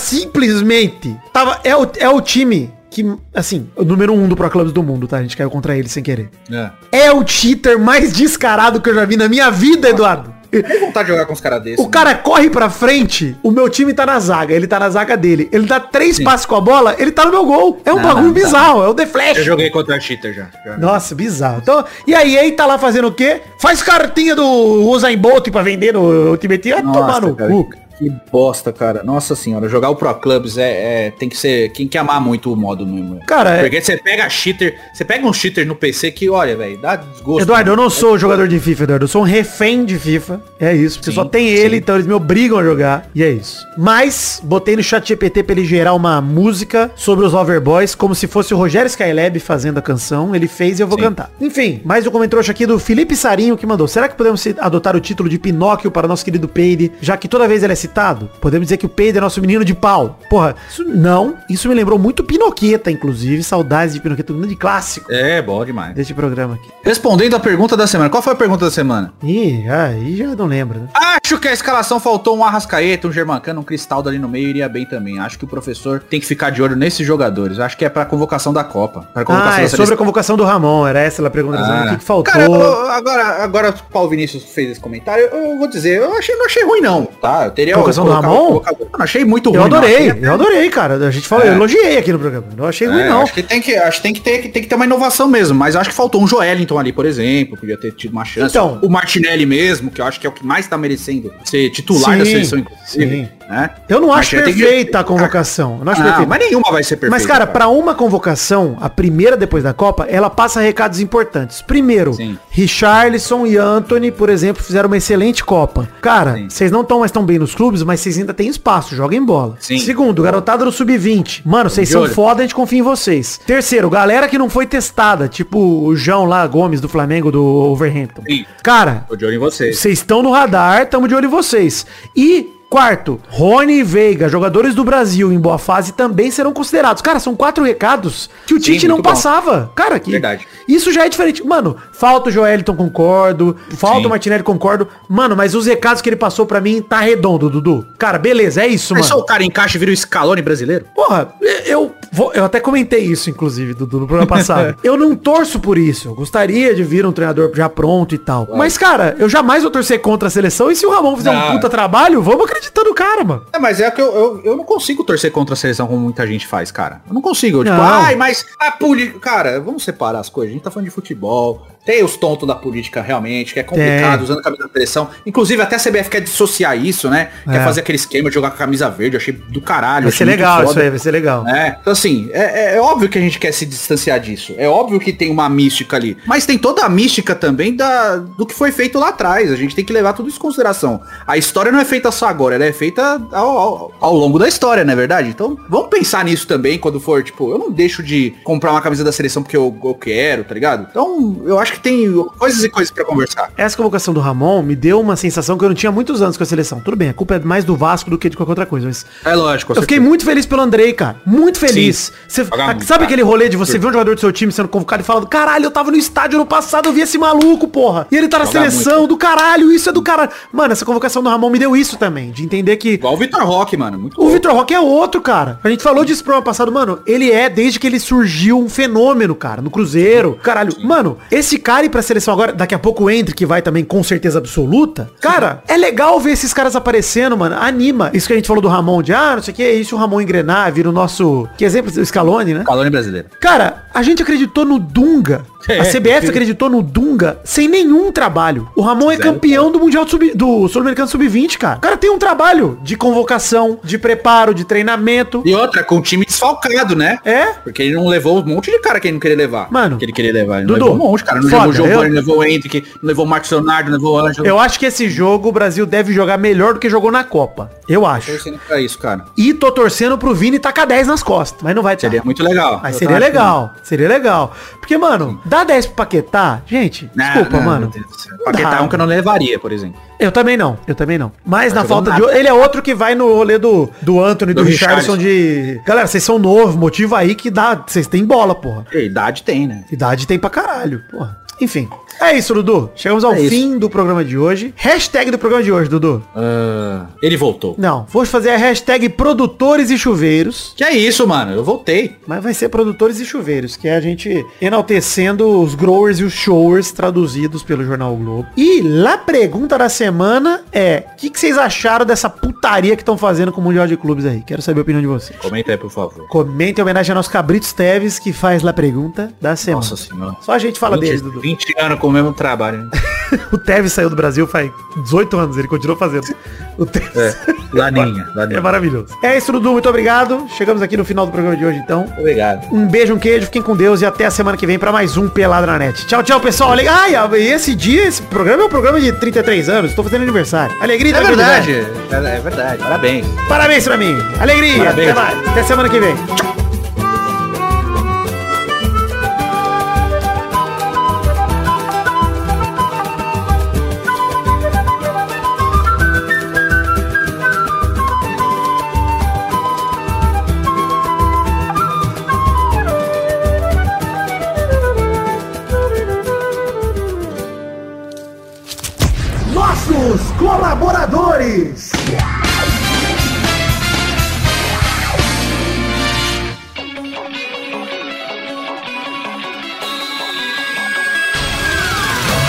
simplesmente tava... É o, é o time que, assim, o número um do Pro Clubs do mundo, tá? A gente caiu contra ele sem querer.
É.
É o cheater mais descarado que eu já vi na minha vida, Eduardo.
Tem vontade de jogar com os caras desses. né?
O cara corre pra frente, o meu time tá na zaga, ele tá na zaga dele. Ele dá três passos com a bola, ele tá no meu gol. É um
Não,
bagulho
não,
bizarro, é o The Flash.
Eu joguei contra a cheater já. já.
Nossa, bizarro. Então, e aí, aí tá lá fazendo o quê? Faz cartinha do Usain Bolt pra vender no Ultimate Team. Vai é tomar no
cara,
cu.
Que bosta, cara. Nossa senhora, jogar o Pro Clubs é, é- tem que ser. Tem que amar muito o modo mesmo. velho.
Cara, é-
Porque você pega cheater. Você pega um cheater no PC que, olha, velho, dá desgosto.
Eduardo, eu não sou jogador de FIFA, Eduardo. Eu sou um refém de FIFA. É isso. Porque
Sim,
só tem
sim.
ele, então eles me obrigam a jogar. E é isso. Mas, botei no chat GPT pra ele gerar uma música sobre os Overboys, como se fosse o Rogério Skylab fazendo a canção. Ele fez e eu vou
Sim.
cantar. Enfim, mais um comentário aqui do Felipe Sarinho que mandou. Será que podemos se- adotar o título de Pinóquio para o nosso querido Peide, já que toda vez ele é citado? Podemos dizer que o Peide é nosso menino de pau. Porra, isso não. Isso me lembrou muito Pinoqueta, inclusive. Saudades de Pinoqueta, um grande clássico
É, bom demais.
deste programa aqui.
Respondendo a pergunta da semana. Qual foi a pergunta da semana?
Ih, aí já não lembro, né?
Acho que a escalação faltou um Arrascaeta, um Germancano, um Cristaldo ali no meio iria bem também. Acho que o professor tem que ficar de olho nesses jogadores. Acho que é pra convocação da Copa. Pra convocação
Ah,
da
é sobre a
seleção.
convocação do Ramon, era essa a pergunta,
Ah.
o que, que faltou.
Cara, eu- agora, agora o Paulo Vinícius fez esse comentário, eu vou dizer, eu achei, não achei ruim não, tá? Eu teria Gabriel.
Colocação do
colocava-
Ramon?
colocava- Mano, achei muito ruim.
Eu adorei,
não.
eu adorei, cara. A gente falou,
É.
eu elogiei aqui no programa. Não achei ruim,
É,
não.
Acho que tem que, acho que, tem que, ter, que tem que ter uma inovação mesmo, mas acho que faltou um Joelinton ali, por exemplo, podia ter tido uma chance.
Então.
o Martinelli mesmo, que eu acho que é o que mais tá merecendo ser titular da
Sim,
seleção, inclusive.
sim.
né?
Eu não
Mas
acho
tem que-
perfeita a convocação. Eu não acho
Ah,
perfeita.
mas nenhuma vai ser perfeita.
Mas, cara, pra uma convocação, a primeira depois da Copa, ela passa recados importantes. Primeiro,
Sim.
Richarlison e Anthony, por exemplo, fizeram uma excelente Copa. Cara,
Sim.
vocês não estão mais tão bem nos clubes, mas vocês ainda têm espaço, joguem bola.
Sim.
Segundo, garotada do Sub-20. Mano, vocês
de
são
olho.
foda, a gente confia em vocês. Terceiro, galera que não foi testada, tipo o João lá, Gomes, do Flamengo, do Overhampton.
Sim.
Cara,
Tô de olho em vocês.
vocês estão no radar, estamos de olho em vocês. E quarto, Rony e Veiga, jogadores do Brasil em boa fase, também serão considerados. Cara, são quatro recados que o
Sim,
Tite não
muito bom.
passava. Cara, que
Verdade.
isso já é diferente. Mano, falta o Joelton, concordo. Falta
Sim.
o Martinelli, concordo. Mano, mas os recados que ele passou pra mim tá redondo, Dudu. Cara, beleza, é isso,
Mas só
mano.
o cara encaixa e vira o Scaloni brasileiro?
Porra, eu, vou- eu até comentei isso, inclusive, Dudu, no programa passado. eu não torço por isso. Eu gostaria de vir um treinador já pronto e tal. Mas, cara, eu jamais vou torcer contra a seleção. E se o Ramon fizer
Não.
um puta trabalho, vamos acreditar no cara, mano.
É, mas é que eu, eu, eu não consigo torcer contra a seleção como muita gente faz, cara. Eu não consigo. Eu, tipo,
Não.
ai, mas a política. Cara, vamos separar as coisas. A gente tá falando de futebol. Tem os tontos da política realmente, que é complicado,
Tem.
usando a camisa da seleção. Inclusive, até a CBF quer dissociar isso, né?
É.
Quer fazer aquele esquema de jogar com a camisa verde. Eu achei do caralho.
Vai ser
achei muito
legal
foda.
isso aí, vai ser legal.
É, então assim, é, é- é óbvio que a gente quer se distanciar disso. É óbvio que tem uma mística ali. Mas tem toda a mística também da, do que foi feito lá atrás. A gente tem que levar tudo isso em consideração. A história não é feita só agora, ela é feita ao, ao- ao longo da história, não é verdade? Então vamos pensar nisso também quando for, tipo, eu não deixo de comprar uma camisa da seleção porque eu, eu quero, tá ligado? Então eu acho que tem coisas e coisas pra conversar.
Essa convocação do Ramon me deu uma sensação que eu não tinha há muitos anos com a seleção. Tudo bem, a culpa é mais do Vasco do que de qualquer outra coisa, mas
É lógico.
Eu fiquei muito feliz pelo Andrei, cara. Muito feliz. Você-
Joga muito,
sabe
cara.
aquele rolê de você ver um jogador do seu time sendo convocado e falando, caralho, eu tava no estádio ano passado, eu vi esse maluco, porra. E ele tá na
Joga
seleção,
muito.
do caralho, isso é do caralho. Mano, essa convocação do Ramon me deu isso também, de entender que
Igual o Vitor Roque, mano. Muito
o Vitor Roque é outro, cara. A gente falou disso pro ano passado, mano. Ele é, desde que ele surgiu, um fenômeno, cara. No Cruzeiro. Caralho. Mano, esse cara ir pra seleção agora, daqui a pouco o Hendrick vai também com certeza absoluta. Cara, é legal ver esses caras aparecendo, mano. Anima. Isso que a gente falou do Ramon, de ah, não sei o que, é isso, o Ramon engrenar, vira o nosso... Que exemplo? O Scaloni, né?
Calone brasileiro.
Cara, a gente acreditou no Dunga.
É.
A CBF acreditou no Dunga sem nenhum trabalho. O Ramon é
Zero.
campeão do Mundial Sub, do Sul-Americano Sub-20, cara. O cara tem um trabalho de convocação, de preparo, de treinamento.
E outra, com o time desfalcado, né?
É?
Porque ele não levou um monte de cara que ele não queria levar.
Mano,
Que ele queria levar. Ele não
Dudu,
levou um monte, cara. Não
foda,
levou o Giovanni,
eu-
não levou o Henrique, não levou o Marcos Leonardo, não levou o Ângelo.
Eu acho que esse jogo o Brasil deve jogar melhor do que jogou na Copa. Eu
tô
acho.
torcendo pra isso, cara.
E tô torcendo pro Vini tacar 10 nas costas. Mas não vai tacar.
Seria muito legal.
Mas
Eu
seria
tava
legal, seria legal. Porque, mano, dá 10 pro Paquetá, gente,
achando. Não,
desculpa,
não,
mano. Ah.
meu Deus do céu.
Não
Paquetá
dá.
é um que eu não levaria, por exemplo.
Eu também não, eu também não. Mas na
jogando
falta de.
nada.
Ele é outro que vai no rolê do, do Anthony, do,
Do
Richardson de. Galera, vocês são novos, motivo aí que dá. Vocês têm bola, porra.
E idade tem, né?
Idade tem pra caralho, porra. Enfim. É isso, Dudu. Chegamos ao
É isso.
fim do programa de hoje. Hashtag do programa de hoje, Dudu.
Ah, ele voltou.
Não, vou fazer a hashtag produtores e chuveiros.
Que é isso, mano. Eu voltei.
Mas vai ser produtores e chuveiros, que é a gente enaltecendo os growers e os showers traduzidos pelo Jornal O Globo. E lá a pergunta da semana é: o que, que vocês acharam dessa putaria que estão fazendo com o Mundial de Clubes aí? Quero saber a opinião de vocês.
Comenta aí, por favor.
Comenta em homenagem ao nosso Cabritos Teves, que faz lá a pergunta da semana.
Nossa senhora.
Só a gente fala
20,
deles, Dudu.
20 anos com o mesmo trabalho. né?
O Teves saiu do Brasil faz 18 anos, ele continuou fazendo. O Tevez.
É. Laninha,
É
Laninha.
maravilhoso. É isso, Dudu. Muito obrigado. Chegamos aqui no final do programa de hoje, então.
Obrigado.
Um beijo, um queijo, fiquem com Deus e até a semana que vem pra mais um Pelada na Net. Tchau, tchau, pessoal. Ale- Ai, esse dia, esse programa é um programa de 33 anos. Estou fazendo aniversário. Alegria e
É
tranquilidade.
verdade. É é verdade. Parabéns.
Parabéns pra mim. Alegria.
Parabéns.
Até mais. Até semana que vem. Nossos colaboradores.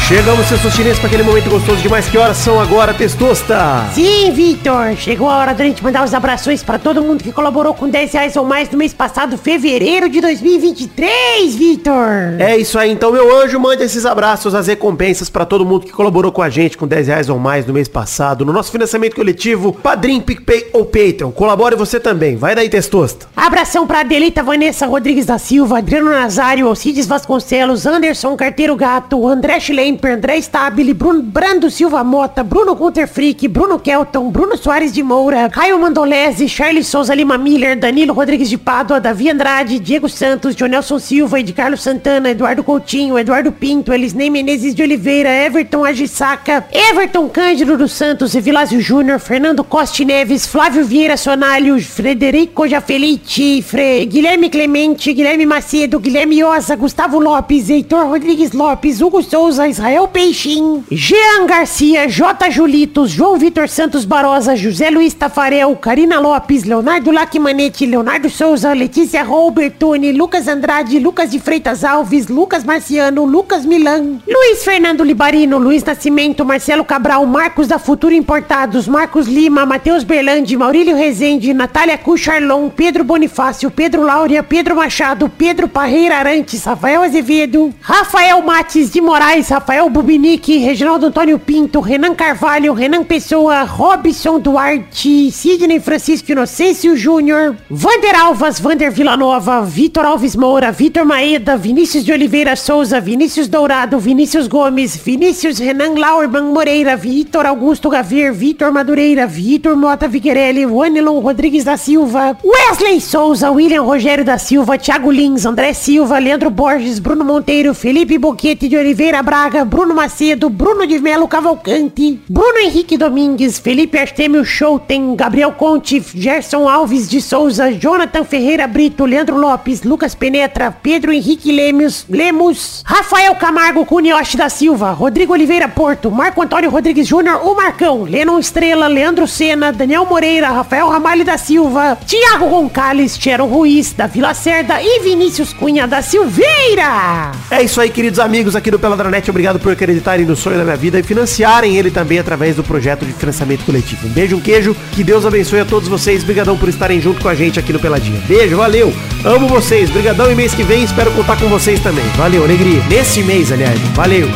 Chegamos, seus sustinenses, para aquele momento gostoso demais. Que horas são agora, Testosta?
Sim, Vitor, chegou a hora da gente mandar os abraços para todo mundo que colaborou com 10 reais ou mais no mês passado, fevereiro de 2023, Vitor.
É isso aí, então, meu anjo, mande esses abraços, as recompensas pra todo mundo que colaborou com a gente com 10 reais ou mais no mês passado, no nosso financiamento coletivo, Padrim, PicPay ou Patreon. Colabore você também. Vai daí, Testosta.
Abração pra Adelita Vanessa Rodrigues da Silva, Adriano Nazário, Alcides Vasconcelos, Anderson Carteiro Gato, André Schlemper, André Stabile, Bruno Brando Silva Mota, Bruno Gunter Frick, Bruno Kelton, Bruno Soares de Moura, Caio Mandolese, Charles Souza Lima Miller, Danilo Rodrigues de Pádua, Davi Andrade, Diego Santos, Jonelson Silva, Ed Carlos Santana, Eduardo Coutinho, Eduardo Pinto, Elisnei Menezes de Oliveira, Everton Agissaca, Everton Cândido dos Santos, Evilásio Júnior, Fernando Costa Neves, Flávio Vieira Sonalho, Frederico Jafelite, Fre- Guilherme Clemente, Guilherme Macedo, Guilherme Osa, Gustavo Lopes, Heitor Rodrigues Lopes, Hugo Souza, Israel Peixinho, Jean Garcia, J. Julitos, João Vitor Santos Barosa, José Luiz Tafarel, Karina Lopes, Leonardo Lacmanete, Leonardo Souza, Letícia Robertoni, Lucas Andrade, Lucas de Freitas Alves, Lucas Marciano, Lucas Milan, Luiz Fernando Libarino, Luiz Nascimento, Marcelo Cabral, Marcos da Futura Importados, Marcos Lima, Matheus Berlandi, Maurílio Rezende, Natália Cucharlon, Pedro Bonifácio, Pedro Laura, Pedro Machado, Pedro Parreira Arantes, Rafael Azevedo, Rafael Mates de Moraes, Rafael Bubinique, Reginaldo Antônio Pinto, Renan Carvalho, Renan Pessoa, Robson Duarte, Sidney Francisco Inocêncio Júnior, Vander Alvas, Vander Villanova, Vitor Alves Moura, Vitor Maeda, Vinícius de Oliveira Souza, Vinícius Dourado, Vinícius Gomes, Vinícius Renan Lauerman Moreira, Vitor Augusto Gavir, Vitor Madureira, Vitor Mota Viguerelli, Wanilon Rodrigues da Silva, Wesley Souza, William Rogério da Silva, Thiago Lins, André Silva, Leandro Borges, Bruno Monteiro, Felipe Boquete de Oliveira Braga, Bruno Macedo, Bruno de Melo Cavalcante, Bruno Henrique Domingues, Felipe Artemio Schouten, Gabriel Conte, Gerson Alves de Souza, Jonathan Ferreira Brito, Leandro Lopes, Lucas Penetra, Pedro Henrique Lemos, Lemos, Rafael Camargo Cunioche da Silva, Rodrigo Oliveira Porto, Marco Antônio Rodrigues Júnior, o Marcão, Lennon Estrela, Leandro Sena, Daniel Moreira, Rafael Ramalho da Silva, Thiago Gonçalves, Cheron Ruiz, Davi Lacerda e Vinícius Cunha da Silveira.
É isso aí, queridos amigos aqui do Peladranet. Obrigado por acreditarem no sonho da minha vida e financiarem ele também através do projeto de financiamento coletivo. Um beijo, um queijo. Que Deus abençoe a todos vocês. Brigadão por estarem junto com a gente aqui no Peladinha. Beijo, valeu. Amo vocês. Brigadão e mês que vem espero contar com vocês também. Valeu, alegria. Nesse mês, aliás. Valeu.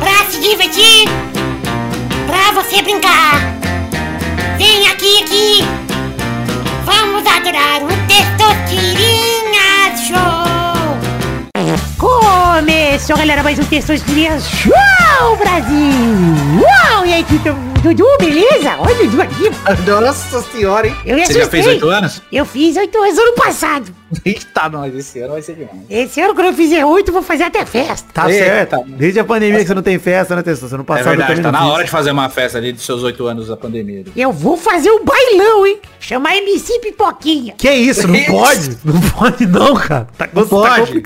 Pra se divertir, pra você brincar. Vem aqui, aqui. Vamos adorar o Testosterinhas Show. Começou, galera, mais um Testosterinhas Show, Brasil. Uau, e aí, Tito? Dudu, beleza? Olha o Dudu aqui.
Nossa senhora, hein?
Eu me
Você já fez
assustei.
oito anos?
Eu fiz oito anos ano passado.
Eita, nós, esse ano vai ser demais.
Esse ano, quando eu fizer oito, vou fazer até festa.
Tá
É,
certo.
tá.
Desde a pandemia que você não tem festa, né, Testosta? Você não
É
passava
verdade, tá na hora de fazer uma festa ali dos seus oito anos da pandemia.
Eu vou fazer um bailão, hein? Chamar MC Pipoquinha.
Que isso? Não
Isso.
pode? Não pode não, cara. Tá, não
pode.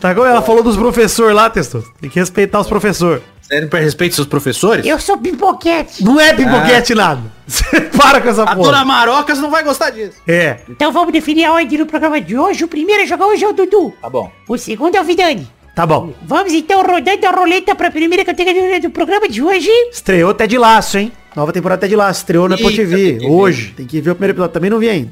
Tá como ela falou dos professores lá, Testosta. Tem que respeitar os professores.
Sério, por respeito aos seus professores?
Eu sou pipoquete.
Não é pipoquete nada. Você para com essa
A
porra.
dona Marocas não vai gostar disso.
É.
Então vamos definir a ordem no programa de hoje. O primeiro a jogar hoje é o Dudu.
Tá bom.
O segundo é o Vidani.
Tá bom.
Vamos então rodando a roleta pra primeira categoria do programa de hoje.
Estreou Ted Laço, hein? Nova temporada Ted Laço. Estreou na
Ih,
Apple TV.
tem que ver.
Hoje. Tem que ver o primeiro episódio. Também não vi ainda.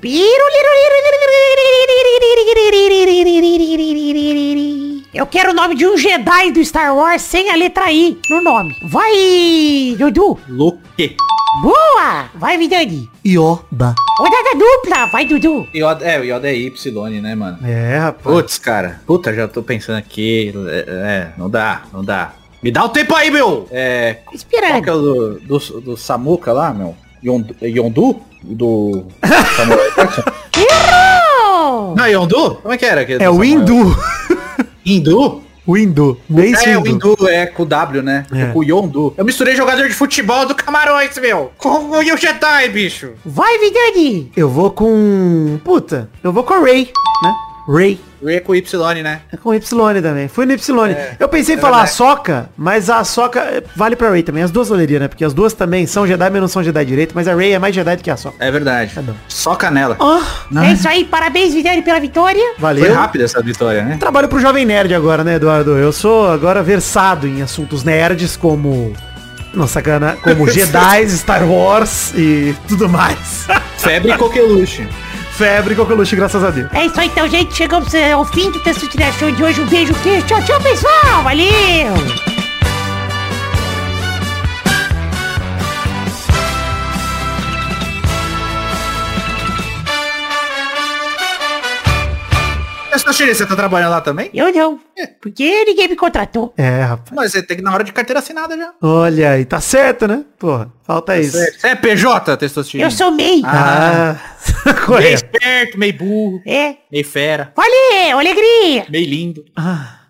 Eu quero o nome de um Jedi do Star Wars sem a letra I no nome. Vai, Dudu.
Luke.
Boa. Vai, Vidani.
Yoda.
Rodada dupla. Vai, Dudu.
Yoda, é, o Yoda é Y, né, mano?
É, rapaz.
Putz, cara. Puta, já tô pensando aqui. É, é, não dá, não dá. Me dá o tempo aí, meu! É. Qual que é
Esperando.
o do, do, do Samuca lá, meu? Yondu? Yondu? Do. Samurai Jackson?
Errou!
não, Yondu? Como é que era? aquele
É
do
o
Samuel?
Hindu.
Hindu?
O Hindu. Nem
É, o
Hindu.
Hindu é com o W, né?
É.
Com o Yondu. Eu misturei jogador de futebol do Camarões, meu. Com o Yu Jedi, bicho.
Vai, Vidani.
Eu vou com... Puta. Eu vou com a Ray, né? Ray.
Rei é com Y, né?
É com Y também. Fui no Y.
É.
eu pensei em falar a Soca, mas a Soca eh, vale pra Ray também. As duas valeria, né? Porque as duas também são Jedi, mas não são Jedi direito. Mas a Ray é mais Jedi do que a Soca.
É verdade. Só canela.
É isso aí, parabéns, Vidani, pela vitória.
Foi
Valeu.
rápida essa vitória, né?
Trabalho pro Jovem Nerd agora, né, Eduardo? Eu sou agora versado em assuntos nerds como. Não, sacana. Como Jedi, Star Wars e tudo mais.
Febre e coqueluche.
Febre coqueluche, graças a Deus.
É isso aí, então, gente. Chegamos eh, ao fim do texto de Show de hoje. Um beijo, queijo. Tchau, tchau, pessoal. Valeu.
Mas, Toshiri, você tá trabalhando lá também?
Eu não. Porque ninguém me contratou.
É, rapaz.
Mas você tem que ir na hora de carteira assinada já.
Olha aí, tá certo, né? Porra, falta isso.
Você é PJ, Testosterone?
Eu sou MEI.
Ah,
Meio
correto.
esperto, meio burro,
É.
meio fera,
Valeu, alegria.
meio lindo.
Ah.